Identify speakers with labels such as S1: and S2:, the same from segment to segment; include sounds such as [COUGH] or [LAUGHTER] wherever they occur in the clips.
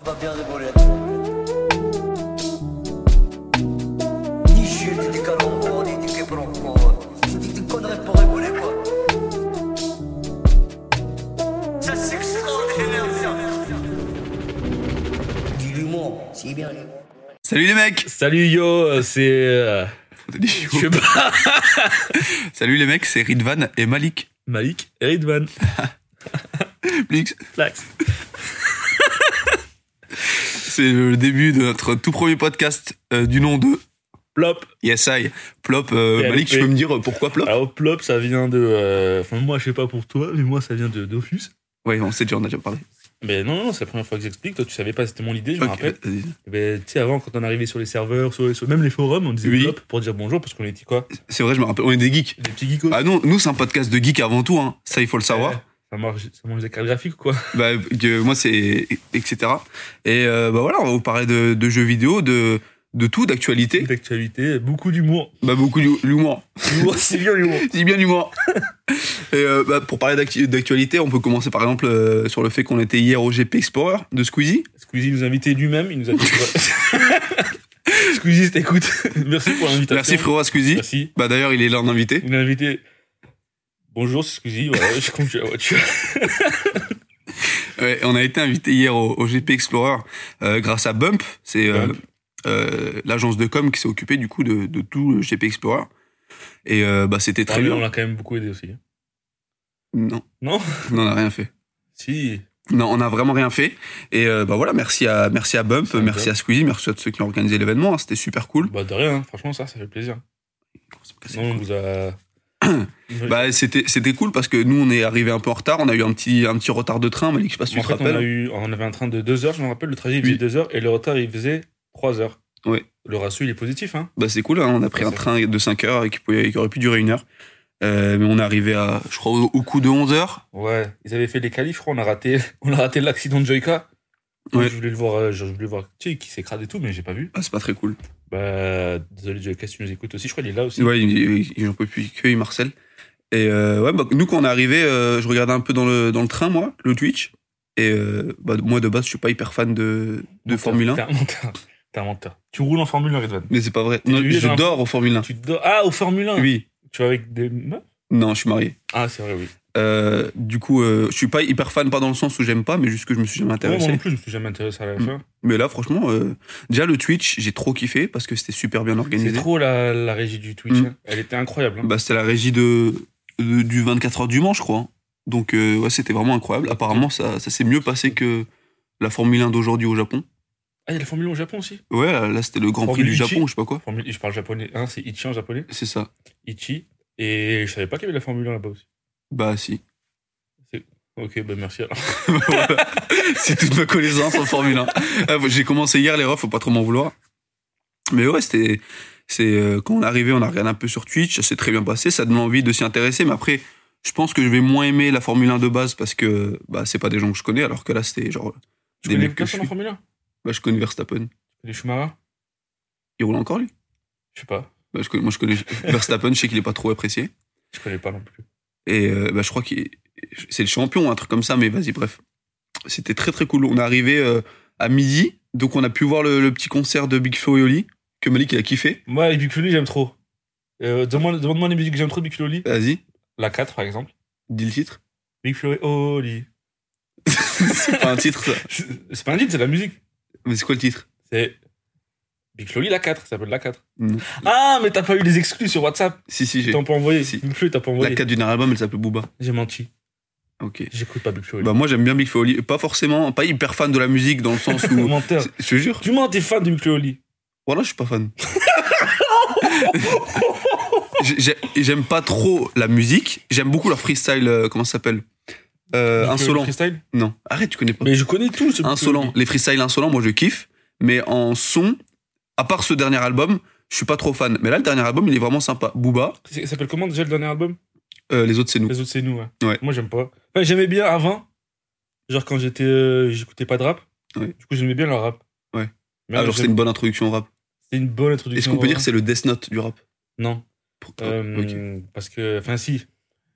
S1: On va bien rigoler. Ni chute, ni calembour, ni ni quiproquo. C'est des- des conneries pour rigoler, quoi. Ça, c'est extraordinaire, ça. Du l'humour, c'est bien l'humour.
S2: Salut les mecs
S3: Salut yo, euh, c'est. euh, Je sais pas. [LAUGHS]
S2: Salut les mecs, c'est Ridvan et Malik.
S3: Malik Ridvan.
S2: Blix,
S3: Flax.
S2: c'est le début de notre tout premier podcast euh, du nom de
S3: Plop.
S2: Yes I. Plop, euh,
S3: Et Ah.
S2: Malik,
S3: avec-
S2: tu peux me dire pourquoi Plop
S3: Alors oh, Plop, ça vient de. euh, Enfin, moi, je sais pas pour toi, mais moi, ça vient de Dofus.
S2: Ouais, on sait déjà, on a déjà parlé.
S3: Mais non, non, c'est la première fois que j'explique. Toi, tu savais pas, c'était mon idée, je me
S2: Ok,
S3: rappelle.
S2: vas-y.
S3: Mais tu sais, avant, quand on arrivait sur les serveurs, sur, sur- même les forums, on disait
S2: Oui.
S3: Plop pour dire bonjour parce qu'on était quoi
S2: C'est vrai, je me rappelle, on est des geeks.
S3: Des petits geekos.
S2: Ah non, nous c'est un podcast de geeks avant tout, hein. ça il faut le savoir.
S3: Ouais. Ça mange, ça mange des cartes graphiques ou quoi
S2: Bah, que moi c'est etc. Et euh, bah voilà, on va vous parler de, de jeux vidéo, de, de tout, d'actualité.
S3: [LAUGHS] D'actualité, beaucoup d'humour.
S2: Bah beaucoup d'hu- l'humour.
S3: L'humour, c'est bien l'humour.
S2: [LAUGHS] Dis bien l'humour. Et euh, bah, pour parler d'actu- d'actualité, on peut commencer par exemple euh, sur le fait qu'on était hier au GP Explorer de Squeezie.
S3: [LAUGHS] Squeezie nous a invités lui-même, il nous a dit.
S2: [LAUGHS]
S3: Squeezie, je t'écoute. [LAUGHS] Merci pour l'invitation.
S2: Merci frérot à Squeezie.
S3: Merci.
S2: Bah d'ailleurs, il est là en invité.
S3: Il m'a invité. Bonjour, c'est Squeezie. Voilà, [LAUGHS] je conduis la voiture.
S2: Ouais, on a été invité hier au, au GP Explorer euh, grâce à Bump, c'est euh,
S3: Bump.
S2: euh, l'agence de com qui s'est occupée du coup de, de tout le GP Explorer. Et euh, bah c'était
S3: Ah,
S2: très
S3: mais
S2: bien.
S3: On l'a quand même beaucoup aidé aussi. hein.
S2: Non.
S3: Non
S2: [LAUGHS] Non, on n'a rien fait.
S3: Si.
S2: Non, on n'a vraiment rien fait. Et euh, bah voilà, merci à merci à Bump,
S3: C'est un
S2: merci
S3: job.
S2: à Squeezie, merci à tous ceux qui ont organisé l'événement. hein, C'était super cool.
S3: Bah, de rien, hein. franchement, ça, ça fait plaisir. Non, on
S2: [CLEARS THROAT]
S3: vous a.
S2: Bah c'était c'était cool parce que nous on est arrivé un peu en retard, on a eu un petit un petit retard de train. Malik, je sais pas si tu
S3: en
S2: te
S3: fait, on,
S2: rappelles.
S3: a eu, on avait un train de 2 heures, je me rappelle, le trajet il
S2: Oui.
S3: faisait 2 heures et le retard il faisait 3 heures.
S2: Ouais.
S3: Le ratio il est positif, hein
S2: Bah c'est cool, hein, on a pris
S3: Ouais,
S2: un
S3: c'est
S2: train de 5 heures et qui pouvait qui aurait pu durer une heure. Euh, mais on est arrivé à je crois au, au coup de 11 heures.
S3: Ouais. Ils avaient fait les qualifs, je crois, on a raté, [LAUGHS] on a raté l'accident de Joyka. Moi,
S2: Ouais.
S3: Je voulais le voir, euh, je voulais voir, tu sais, qui s'écrase et tout, mais j'ai pas vu.
S2: Ah, c'est pas très cool.
S3: Bah, désolé Joyka si tu nous écoutes aussi, je crois qu'il est là aussi.
S2: Ouais, il- il- il- j'en peux plus que lui, Marcel. Et euh, ouais, bah, nous quand on est arrivé, euh, je regardais un peu dans le dans le train moi, le Twitch. Et euh, bah, moi de base, je suis pas hyper fan de de Formule 1.
S3: T'es un menteur. T'es un menteur. Tu roules en Formule 1, Redvan.
S2: Mais c'est pas vrai. Non,
S3: hué
S2: je
S3: dans la-
S2: dors au Formule 1.
S3: Tu te... Ah, au Formule 1
S2: Oui.
S3: Tu vas avec des meufs
S2: Non, je suis marié.
S3: Ah, c'est vrai, oui.
S2: Euh, du coup, euh, je suis pas hyper fan, pas dans le sens où j'aime pas, mais juste que je me suis jamais
S3: Ouais,
S2: intéressé.
S3: moi non plus, je me suis jamais intéressé à la
S2: Mm.
S3: F1.
S2: Mais là, franchement, euh, déjà le Twitch, j'ai trop kiffé parce que c'était super bien
S3: C'est
S2: organisé.
S3: trop la, la régie du Twitch.
S2: Mm.
S3: hein. Elle était incroyable. hein.
S2: Bah, c'était la régie de, de- du 24 heures du Mans, je crois. hein. Donc, euh, ouais, c'était vraiment incroyable. Apparemment, ça, ça s'est mieux passé que la Formule 1 d'aujourd'hui au Japon.
S3: Ah, il y a la Formule 1 au Japon aussi
S2: Ouais, là, là, c'était le Grand Prix
S3: Formule
S2: du
S3: Ichi.
S2: Japon, je sais pas quoi.
S3: Formule... Je parle japonais. Hein, c'est Ichi en japonais.
S2: C'est ça.
S3: Ichi. Et je savais pas qu'il y avait la Formule 1 là-bas aussi.
S2: Bah, si.
S3: Ok, bah
S2: [LAUGHS]
S3: merci alors.
S2: Voilà. c'est toute ma connaissance en Formule 1. Ah, bon, J'ai commencé hier les refs, faut pas trop m'en vouloir. Mais ouais, c'était. C'est euh, quand on est arrivé, on a regardé un peu sur Twitch, ça s'est très bien passé, ça donne envie de s'y intéresser. Mais après, je pense que je vais moins aimer la Formule 1 de base parce que bah, c'est pas des gens que je connais, alors que là, c'était genre
S3: Tu
S2: des
S3: connais
S2: mecs que je
S3: personne en
S2: suis.
S3: Formule 1
S2: Bah, je connais Verstappen.
S3: Les Schumacher
S2: Il roule encore lui
S3: Je sais pas.
S2: Bah, je connais- Moi, je
S3: [LAUGHS]
S2: connais Verstappen, je sais qu'il est pas trop apprécié.
S3: Je connais pas non plus.
S2: Et euh, bah, je crois que c'est le champion, un truc comme ça, mais vas-y, bref. C'était très très cool. On est arrivé euh, à midi, donc on a pu voir le, le petit concert de Big Flo et Oli, que Malik il a kiffé.
S3: Moi, les Biculoli, j'aime trop. Euh, demande- Demande-moi les musiques que j'aime trop de Biculoli.
S2: Vas-y,
S3: La 4, par exemple.
S2: dis le titre.
S3: Big Flo et Oli.
S2: c'est pas un titre, ça.
S3: C'est c'est pas un titre, c'est de la musique.
S2: Mais c'est quoi le titre
S3: C'est Big Floli la 4, ça s'appelle la 4.
S2: Non.
S3: Ah, mais t'as pas eu les exclus sur WhatsApp.
S2: Si, si, Mm. j'ai.
S3: T'as pas envoyé.
S2: Si.
S3: Big Flo, t'as pas
S2: La
S3: envoyé.
S2: 4 du dernier album, elle s'appelle Booba.
S3: J'ai menti.
S2: Ok.
S3: J'écoute pas Big Flo.
S2: Bah, moi j'aime bien Big Flo et Oli. Pas forcément, pas hyper fan de la musique dans le sens où.
S3: menteur.
S2: je te jure.
S3: Tu mens, t'es fan de Big Flo et
S2: Euh,
S3: Oli.
S2: Voilà, je suis pas fan. [LAUGHS] J'ai- j'ai- J'aime pas trop la musique. J'aime beaucoup leur freestyle, euh, comment ça s'appelle Euh,
S3: Big Flo et
S2: Insolent.
S3: Freestyle
S2: Non, arrête, tu connais pas.
S3: Mais je connais tout. ce Big Flo et
S2: Insolent.
S3: Oli.
S2: Les freestyles insolents, moi je kiffe. Mais en son, à part ce dernier album, je suis pas trop fan. Mais là, le dernier album, il est vraiment sympa. Booba,
S3: C'est- Ça s'appelle comment déjà le dernier album
S2: euh, les autres, c'est nous.
S3: Les autres, c'est nous. Ouais.
S2: Ouais.
S3: Moi, j'aime pas. Enfin, j'aimais bien avant. Genre quand j'étais. euh, J'écoutais pas de rap.
S2: Ouais.
S3: Du coup, j'aimais bien le rap.
S2: Ouais.
S3: Mais
S2: Alors, Ah, c'est
S3: j'aime-
S2: une bonne introduction au rap.
S3: c'est une bonne introduction.
S2: Est-ce qu'on peut
S3: ouais.
S2: dire que c'est le Death Note du rap
S3: Non.
S2: Pour-
S3: Euh,
S2: Ah, Ok.
S3: Parce que. Enfin, si.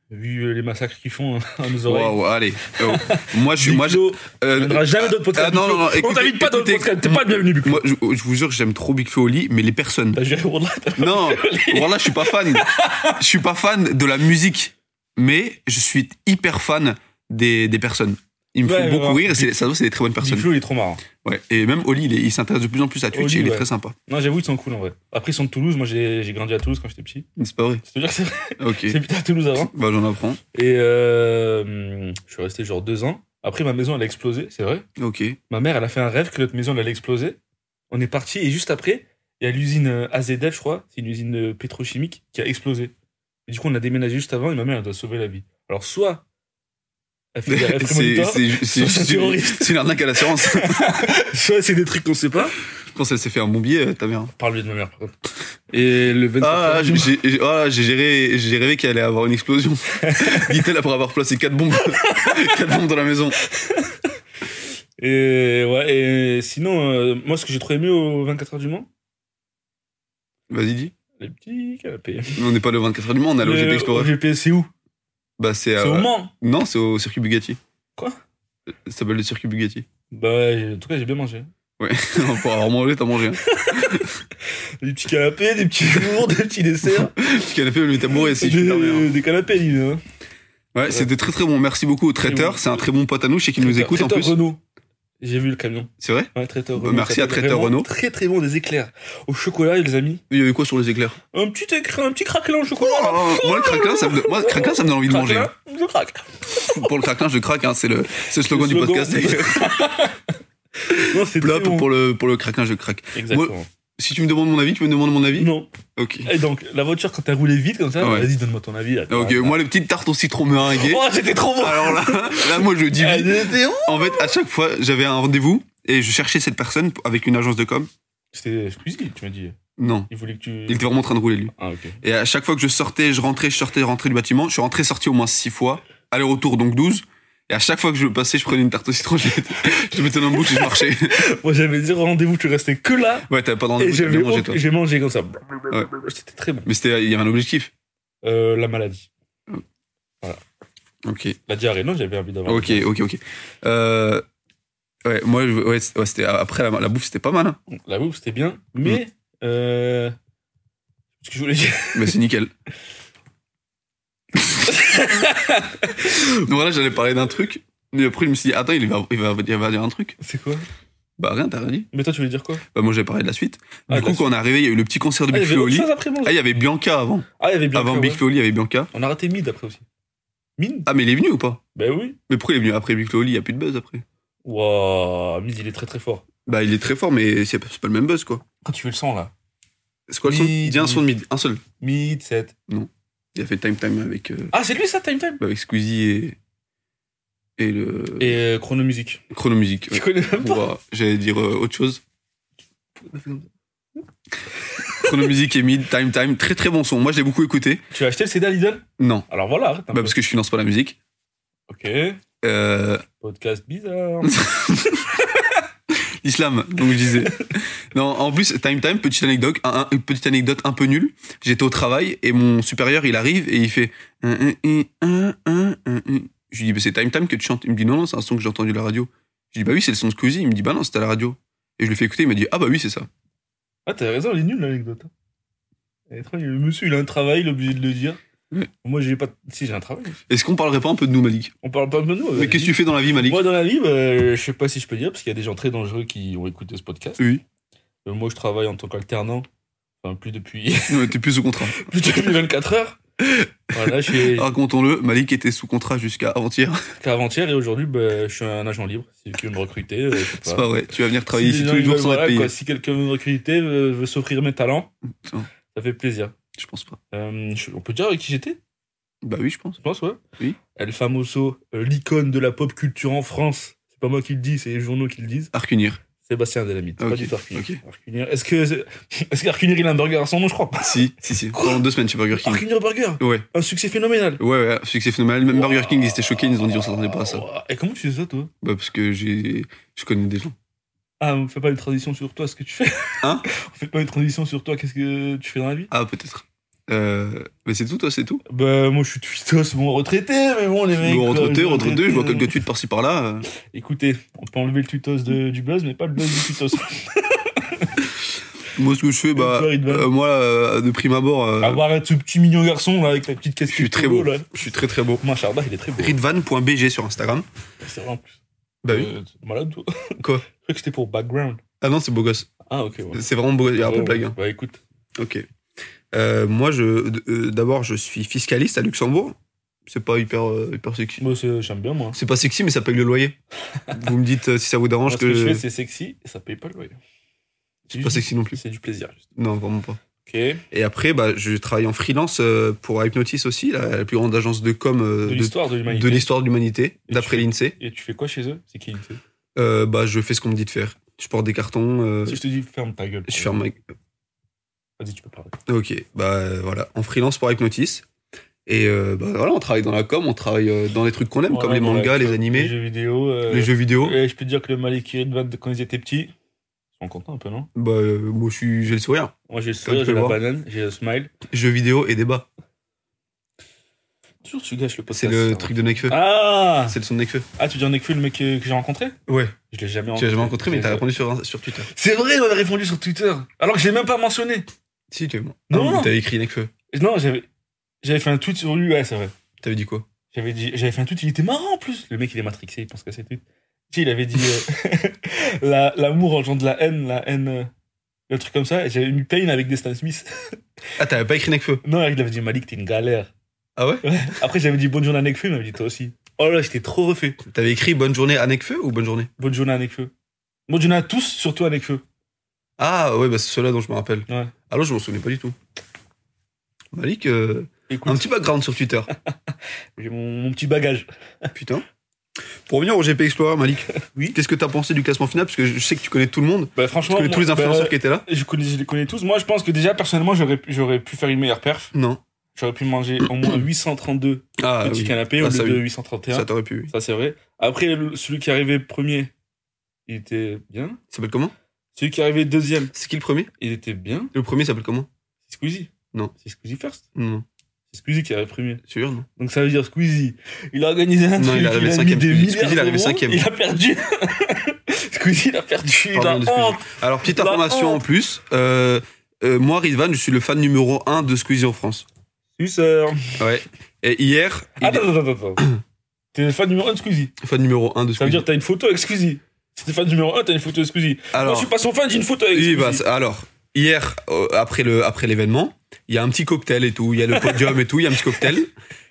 S3: vu euh, les massacres qu'ils font [LAUGHS] à nos oreilles.
S2: Waouh, allez. Oh. moi, je suis. Moi, je-
S3: Bigflo,
S2: euh,
S3: on n'aura jamais d'autres podcasts.
S2: ah, non, non, non,
S3: Bigflo. on
S2: écoutez,
S3: t'invite pas dans le
S2: écoutez,
S3: podcast. T'es pas le bienvenu, Bigflo.
S2: moi, je, je vous jure, j'aime trop Big Flo au lit, mais les personnes.
S3: T'as juré, Wallah, t'as- [LAUGHS]
S2: Non, voilà, je suis pas fan. Je suis pas fan de la musique, mais je suis hyper fan des, des personnes. Il me
S3: Ouais,
S2: fait
S3: ouais,
S2: beaucoup
S3: ouais.
S2: rire, et c'est, ça se trouve, c'est des très bonnes personnes.
S3: Bigflo, il est trop marrant.
S2: Ouais. Et même Oli, il, est- il s'intéresse de plus en plus à Twitch
S3: Oli,
S2: et il est
S3: ouais.
S2: très sympa.
S3: Non, j'avoue, ils sont cool en vrai. Après, ils sont de Toulouse. Moi, j'ai j'ai grandi à Toulouse quand j'étais petit.
S2: C'est pas vrai.
S3: C'est-à-dire que c'est vrai,
S2: Ok.
S3: j'habitais à Toulouse avant.
S2: Bah, j'en apprends.
S3: Et euh, hum, je suis resté genre deux ans. Après, ma maison, elle a explosé, c'est vrai.
S2: Ok.
S3: Ma mère, elle a fait un rêve que notre maison, elle allait exploser. On est parti et juste après, il y a l'usine euh, AZF, je crois. C'est une usine euh, pétrochimique qui a explosé. Et du coup, on a déménagé juste avant et ma mère, elle doit sauver la vie. Alors, soit elle fait des
S2: [LAUGHS]
S3: rêves
S2: C'est,
S3: prémonitoires,
S2: c'est, c'est,
S3: Sur ce
S2: c'est,
S3: terroriste.
S2: c'est une arnaque à l'assurance. [LAUGHS] je
S3: [LAUGHS] soit c'est des trucs qu'on sait pas.
S2: pense qu'elle s'est fait un bon billet, euh, ta mère.
S3: Parle-lui de ma mère, par contre. Et le 24
S2: Ah, j'ai,
S3: novembre-
S2: j'ai, j'ai- ah, j'ai géré, j'ai rêvé qu'il allait avoir une explosion.
S3: [LAUGHS]
S2: Dit-elle après avoir placé quatre bombes, quatre bombes dans la maison.
S3: Et ouais, et sinon, euh, moi, ce que j'ai trouvé mieux au 24 heures du Mans,
S2: Vas-y, dis.
S3: les petits canapés.
S2: On n'est pas le 24 heures du Mans, on a Ah, le
S3: Le
S2: OGP Explorer.
S3: OGP, c'est où
S2: Bah, c'est,
S3: C'est
S2: euh,
S3: au Mans.
S2: Non, c'est au circuit Bugatti.
S3: Quoi
S2: Ça s'appelle le circuit Bugatti. [LAUGHS]
S3: Bah ouais, j'ai- en tout cas, j'ai bien mangé.
S2: Ouais, pour avoir mangé, t'as mangé. Hein.
S3: Des petits canapés, des petits jours, des
S2: [LAUGHS]
S3: petits desserts.
S2: Petit canapé, le tabouret, c'est
S3: des,
S2: super bien.
S3: des canapés, hein. dis donc.
S2: hein. Ouais, c'était très très bon. Merci beaucoup au traiteur. C'est un très bon pote à nous, je sais qu'il nous écoute en
S3: Traiteur
S2: plus.
S3: Renault. J'ai vu le camion.
S2: C'est vrai
S3: Ouais, traiteur
S2: Bah,
S3: Renault.
S2: merci
S3: ça
S2: à
S3: s'appelle
S2: Traiteur
S3: vraiment
S2: Renault.
S3: Très très bon des éclairs. Au chocolat, les amis.
S2: Il y avait quoi sur les éclairs
S3: Un petit éclair, un petit craquelin au chocolat.
S2: Oh, Moi, le craquelin, ça me, donne- moi, le craquelin, ça me donne envie de manger.
S3: Craquelin, Je craque.
S2: Pour le craquelin, je craque. Hein. C'est le, c'est le slogan
S3: Le
S2: du
S3: slogan
S2: podcast.
S3: du- [LAUGHS] Non, [LAUGHS] c'est très
S2: Plop,
S3: bon.
S2: pour, le, pour le craquelin, je craque.
S3: Exactement.
S2: Si tu me demandes mon avis, tu me demandes mon avis
S3: Non.
S2: Ok.
S3: Et donc, la voiture, quand t'as roulé vite comme ça,
S2: Ouais.
S3: vas-y, donne-moi ton avis. attends,
S2: Ok,
S3: attends.
S2: moi, les petites tartes au citron meringuées.
S3: Oh, Eh, c'était trop bon.
S2: Alors là, là, moi, je dis oui.
S3: Elle était où
S2: En fait, à chaque fois, j'avais un rendez-vous et je cherchais cette personne avec une agence de com.
S3: C'était Squeezie, tu m'as dit.
S2: Non.
S3: Il voulait que tu.
S2: Il était vraiment en train de rouler, lui.
S3: Ah, ok.
S2: Et à chaque fois que je sortais, je rentrais, je sortais, je rentrais du bâtiment. Je suis rentré, sorti au moins 6 fois. Aller-retour, donc 12. Et à chaque fois que je passais, je prenais une tarte au citron, je, [LAUGHS] je mettais dans le bouche et je marchais.
S3: [LAUGHS]
S2: [LAUGHS]
S3: Moi, j'avais dit rendez-vous, tu restais que là.
S2: Ouais, t'avais pas de rendez-vous,
S3: Et
S2: t'avais
S3: j'avais
S2: bien mangé, toi.
S3: mangé, j'ai mangé comme ça. C'était très bon.
S2: Mais c'était, il y avait un objectif.
S3: Euh, la maladie.
S2: Ok,
S3: La diarrhée. Non, j'avais envie d'avoir.
S2: ok, ok, ok. Euh, ouais, moi, je- ouais, c'est- ouais, c'était, après, la, la bouffe, c'était pas mal. hein.
S3: La bouffe, c'était bien. Mais.
S2: Mm.
S3: Euh... Ce que je voulais dire. [LAUGHS]
S2: Mais c'est nickel. Donc voilà, j'allais parler d'un truc. Mais après, je me suis dit, attends, il va, il va, il va dire un truc.
S3: C'est quoi
S2: Bah rien, t'as rien dit.
S3: Mais toi, tu voulais dire quoi
S2: Bah moi, j'avais parlé de la suite.
S3: Ah,
S2: du coup,
S3: la
S2: quand on est arrivé, il y a eu le petit concert de
S3: Ah, il
S2: Big
S3: y avait
S2: Flo au
S3: autre
S2: lit.
S3: chose après manger.
S2: Ah, il y avait Bianca avant.
S3: Ah, il y avait bien.
S2: avant
S3: fait,
S2: Big
S3: ouais.
S2: Flo au lit, il y avait Bianca.
S3: On a raté Mid après aussi. Mid
S2: Ah, mais il est venu ou pas
S3: Ben oui.
S2: Mais pourquoi il est venu après Big Flo au lit Il y a plus de buzz après.
S3: Waouh, Mid, il est très très fort.
S2: Bah, il est très fort, mais c'est c'est pas le même buzz quoi.
S3: Quand tu fais le son là.
S2: C'est quoi le son
S3: Mid.
S2: Dis un son de mid, un seul.
S3: Mid 7.
S2: Il a fait Time Time avec, euh,
S3: Ah, c'est lui ça, Time Time
S2: avec Squeezie et. Et le.
S3: Et euh, Chrono Music.
S2: Chrono Music. ouais.
S3: Tu connais même pas
S2: Ouah, J'allais dire euh, autre chose. Chrono Music et Mid, Time Time, très très bon son. Moi je l'ai beaucoup écouté.
S3: Tu as acheté le CD à Lidl
S2: Non,
S3: Alors voilà, arrête un
S2: bah,
S3: peu.
S2: parce que je finance pas la musique.
S3: Ok.
S2: Euh,
S3: Podcast bizarre.
S2: Islam, donc je disais. non, en plus, Time Time, petite anecdote, un- un- une petite anecdote un peu nulle. J'étais au travail et mon supérieur il arrive et il fait. un, un, un, un, un, un, un. Je lui dis, bah, c'est Time Time que tu chantes. Il me dit, non, non, c'est un son que j'ai entendu à la radio. Je lui dis, bah oui, c'est le son de Squeezie. Il me dit, bah non, c'était à la radio. Et je lui fais écouter, il m'a dit, ah bah oui, c'est ça.
S3: Ah, t'as raison, elle est nulle l'anecdote. hein. Elle est trop nulle. Le monsieur, il a un travail, il est obligé de le dire.
S2: Ouais.
S3: Moi, j'ai pas. Si, j'ai un travail.
S2: Est-ce qu'on parlerait pas un peu de nous, Malik
S3: On parle pas de nous.
S2: Mais
S3: vas-y.
S2: qu'est-ce que tu fais dans la vie, Malik
S3: Moi, dans la vie, bah, je sais pas si je peux dire, parce qu'il y a des gens très dangereux qui ont écouté ce podcast.
S2: Oui.
S3: Euh, Moi, je travaille en tant qu'alternant. Enfin, plus depuis, [LAUGHS]
S2: Non, T'es plus sous contrat.
S3: plus depuis 24 heures. Voilà, je
S2: [LAUGHS] Oh,
S3: suis
S2: Racontons-le, Malik était sous contrat jusqu'à avant-hier.
S3: avant-hier et aujourd'hui, bah, je suis un agent libre. Si tu veux me recruter, euh, je sais
S2: C'est pas vrai. Tu vas venir travailler
S3: Si
S2: ici
S3: les
S2: tous les
S3: gens,
S2: jours
S3: ils
S2: sans
S3: veulent-
S2: être
S3: voilà,
S2: payé.
S3: quoi, si quelqu'un veut me recruter, veut, veut s'offrir mes talents,
S2: Putain.
S3: ça fait plaisir.
S2: Je pense pas.
S3: Euh, je- on peut dire avec qui j'étais
S2: Bah oui, je pense.
S3: Je pense, ouais.
S2: Oui.
S3: El Famoso, euh, l'icône de la pop culture en France. C'est pas moi qui le dis, c'est les journaux qui le disent.
S2: Arcunir.
S3: Sébastien Delamite. C'est
S2: Ok,
S3: Pas du tout Arcunir.
S2: ok.
S3: Arcunir- Est-ce que [LAUGHS] c'est- est-ce qu'Arcunir il a un burger à son nom Je crois pas.
S2: Si, si, si.
S3: Quoi
S2: Pendant deux semaines chez Burger King.
S3: Arcunir Burger,
S2: Ouais,
S3: un succès phénoménal.
S2: ouais, ouais. Succès phénoménal. Même
S3: Wow.
S2: Burger King, ils étaient choqués. Ils ont dit, on s'attendait pas à ça.
S3: Wow. Oh, Et comment tu fais ça, toi
S2: Bah parce que j'ai, je connais des gens.
S3: Ah, on fait pas une transition sur toi, ce que tu fais [LAUGHS]
S2: Hein
S3: On fait pas une transition sur toi, qu'est-ce que tu fais dans la vie
S2: Ah peut-être. Euh, mais c'est tout, toi, c'est tout.
S3: Bah, moi, je suis tweetos, bon retraité, mais bon, les mecs.
S2: Bon, entre
S3: quoi,
S2: deux,
S3: les
S2: entre deux, je vois
S3: retraités,
S2: quelques tweets par-ci par-là. euh.
S3: euh, Écoutez, on peut enlever le tweetos de- du buzz, mais pas le buzz du
S2: [LAUGHS]
S3: tweetos.
S2: Moi, ce que je fais, bah,
S3: toi, Ridvan
S2: euh, moi, euh, de prime abord, euh,
S3: Avoir Ah, ce petit mignon garçon, là, avec ta petite casquette.
S2: je suis très
S3: polo,
S2: beau.
S3: là.
S2: Je suis très très beau.
S3: Moi, Charda, il est très beau. hein,
S2: Ridvan.bg sur Instagram.
S3: C'est vrai en plus.
S2: Bah oui.
S3: Euh, t'es malade, toi
S2: [LAUGHS] Quoi
S3: Je croyais que c'était pour background.
S2: Ah non, c'est beau gosse.
S3: Ah, ok, ouais.
S2: C'est vraiment beau. Il y a un peu de
S3: Ouais,
S2: blague.
S3: ouais.
S2: hein.
S3: Bah, écoute.
S2: Ok. Euh, moi, je, d- euh, d'abord, je suis fiscaliste à Luxembourg. C'est pas hyper, euh, hyper sexy.
S3: Moi, c'est- j'aime bien, moi.
S2: C'est pas sexy, mais ça paye le
S3: [LAUGHS]
S2: loyer. vous me dites euh, si ça vous
S3: Moi,
S2: dérange
S3: ce
S2: que.
S3: que je fais, c'est sexy, et ça paye pas le loyer.
S2: C'est pas sexy non plus.
S3: C'est du plaisir, juste.
S2: Non, vraiment pas.
S3: Ok. De
S2: Et après, bah, je travaille en freelance euh, pour Hypnotis aussi, la, la plus grande agence de com euh, de-
S3: l'histoire de
S2: de
S3: l'humanité.
S2: l'histoire de l'humanité,
S3: Et
S2: d'après
S3: tu-
S2: l'INSEE.
S3: Et tu fais quoi chez eux C'est qui l'idée
S2: Euh, bah, je fais ce qu'on me dit de faire. Je porte des cartons. euh,
S3: Si je te dis ferme ta gueule.
S2: je ferme ma...
S3: Vas-y, tu peux parler.
S2: Ok, bah euh, voilà, en freelance pour Hypnotis. Et euh, bah, voilà, on travaille dans la com, on travaille euh, dans les trucs qu'on aime,
S3: Voilà,
S2: comme les
S3: dans la
S2: mangas, les
S3: com, Les
S2: animés,
S3: jeux vidéo. euh,
S2: les jeux vidéo.
S3: et je peux te dire que le Malik et Ridvan, quand ils étaient petits, ils sont contents un peu, non
S2: Bah, euh, moi, je suis- j'ai le sourire.
S3: Moi, j'ai le
S2: Comme
S3: sourire,
S2: tu peux
S3: j'ai la
S2: voir.
S3: banane, j'ai le smile.
S2: Jeux vidéo et débat.
S3: Toujours, tu gâches le podcast.
S2: C'est le
S3: Bah, ça.
S2: truc de Nekfeu.
S3: Ah
S2: C'est le son de Nekfeu.
S3: Ah, tu dis en Nekfeu, le mec que, que j'ai rencontré
S2: Ouais.
S3: Je l'ai jamais
S2: Tu
S3: rencontré.
S2: l'as jamais rencontré, mais
S3: Je-
S2: t'as répondu sur, sur Twitter.
S3: C'est vrai, on a répondu sur Twitter. Alors que je l'ai même pas mentionné.
S2: Si, tu es moi.
S3: Non.
S2: T'avais écrit Nekfeu.
S3: Non, j'avais j'avais fait un tweet sur lui, ouais, c'est vrai.
S2: T'avais dit quoi
S3: J'avais dit, j'avais fait un tweet, il était marrant en plus. Le mec, il est matrixé, il pense que c'est tout. Tu sais, il avait dit euh, [LAUGHS] la- l'amour engendre la haine, la haine, euh, le truc comme ça. Et j'avais mis Payne avec Destin Smith.
S2: Ah, t'avais pas écrit Nekfeu
S3: non, il avait dit Malik, t'es une galère.
S2: Ah ouais
S3: Après, j'avais dit bonne journée à Nekfeu, il m'avait dit toi aussi. Oh là, j'étais trop refait.
S2: T'avais écrit Bonne journée à Nekfeu ou Bonne journée
S3: Bonne journée à Nekfeu. Bonne journée à tous, surtout à Nekfeu.
S2: Ah, ouais, bah, c'est cela dont je me rappelle.
S3: Ouais.
S2: Alors, je m'en souvenais pas du tout. Malik, euh, un
S3: Écoute,
S2: petit background sur
S3: [LAUGHS]
S2: Twitter.
S3: j'ai mon, mon petit bagage.
S2: Putain. Pour revenir au GP Explorer, Malik,
S3: Oui.
S2: qu'est-ce que t'as pensé du classement final Parce que je sais que tu connais tout le monde,
S3: Bah,
S2: tu
S3: franchement,
S2: connais
S3: moi,
S2: tous les influenceurs
S3: bah,
S2: qui étaient là.
S3: je, connais, je les connais tous. Moi, je pense que déjà, personnellement, j'aurais pu- j'aurais pu faire une meilleure perf.
S2: Non.
S3: J'aurais pu manger au moins 832
S2: Ah,
S3: petits
S2: oui.
S3: canapés
S2: Ah,
S3: au
S2: ça,
S3: lieu de
S2: oui.
S3: 831.
S2: ça t'aurait pu. oui.
S3: Ça, c'est vrai. Après, le- celui qui arrivait premier, il était bien.
S2: Il s'appelle comment
S3: Celui qui arrivait deuxième,
S2: C'est qui le premier
S3: il était bien.
S2: Le premier s'appelle comment
S3: C'est Squeezie.
S2: Non.
S3: C'est Squeezie first.
S2: Non,
S3: C'est Squeezie qui arrivait premier.
S2: sûr, non.
S3: Donc ça veut dire Squeezie. Il a organisé un
S2: Non,
S3: truc.
S2: il est arrivé
S3: a mis
S2: cinquième,
S3: des
S2: Squeezie.
S3: milliards
S2: Squeezie, il est arrivé
S3: d'euros,
S2: cinquième.
S3: Il a perdu. [LAUGHS] Squeezie, il a perdu. Il a
S2: Pardon, excusez-moi.
S3: honte.
S2: Alors, petite
S3: La
S2: information
S3: honte.
S2: en plus. euh, euh, moi, Ridvan, je suis le fan numéro 1 de Squeezie en France.
S3: Suceur.
S2: Ouais. Et hier, il
S3: Attends, attends,
S2: [CLEARS THROAT]
S3: attends. attends. T'es le fan numéro 1 de Squeezie.
S2: est fan numéro 1 de
S3: Ça veut
S2: Squeezie.
S3: dire que t'as une photo avec Squeezie. Si t'es fan numéro 1, t'as une photo de Squeezie. Moi, je
S2: Alors,
S3: suis pas son fan, j'ai une photo avec
S2: oui,
S3: Squeezie.
S2: bah, c'est- alors, hier, euh, après le après l'événement, il y a un petit cocktail et tout. Il y a le podium et tout. Il y a un petit cocktail.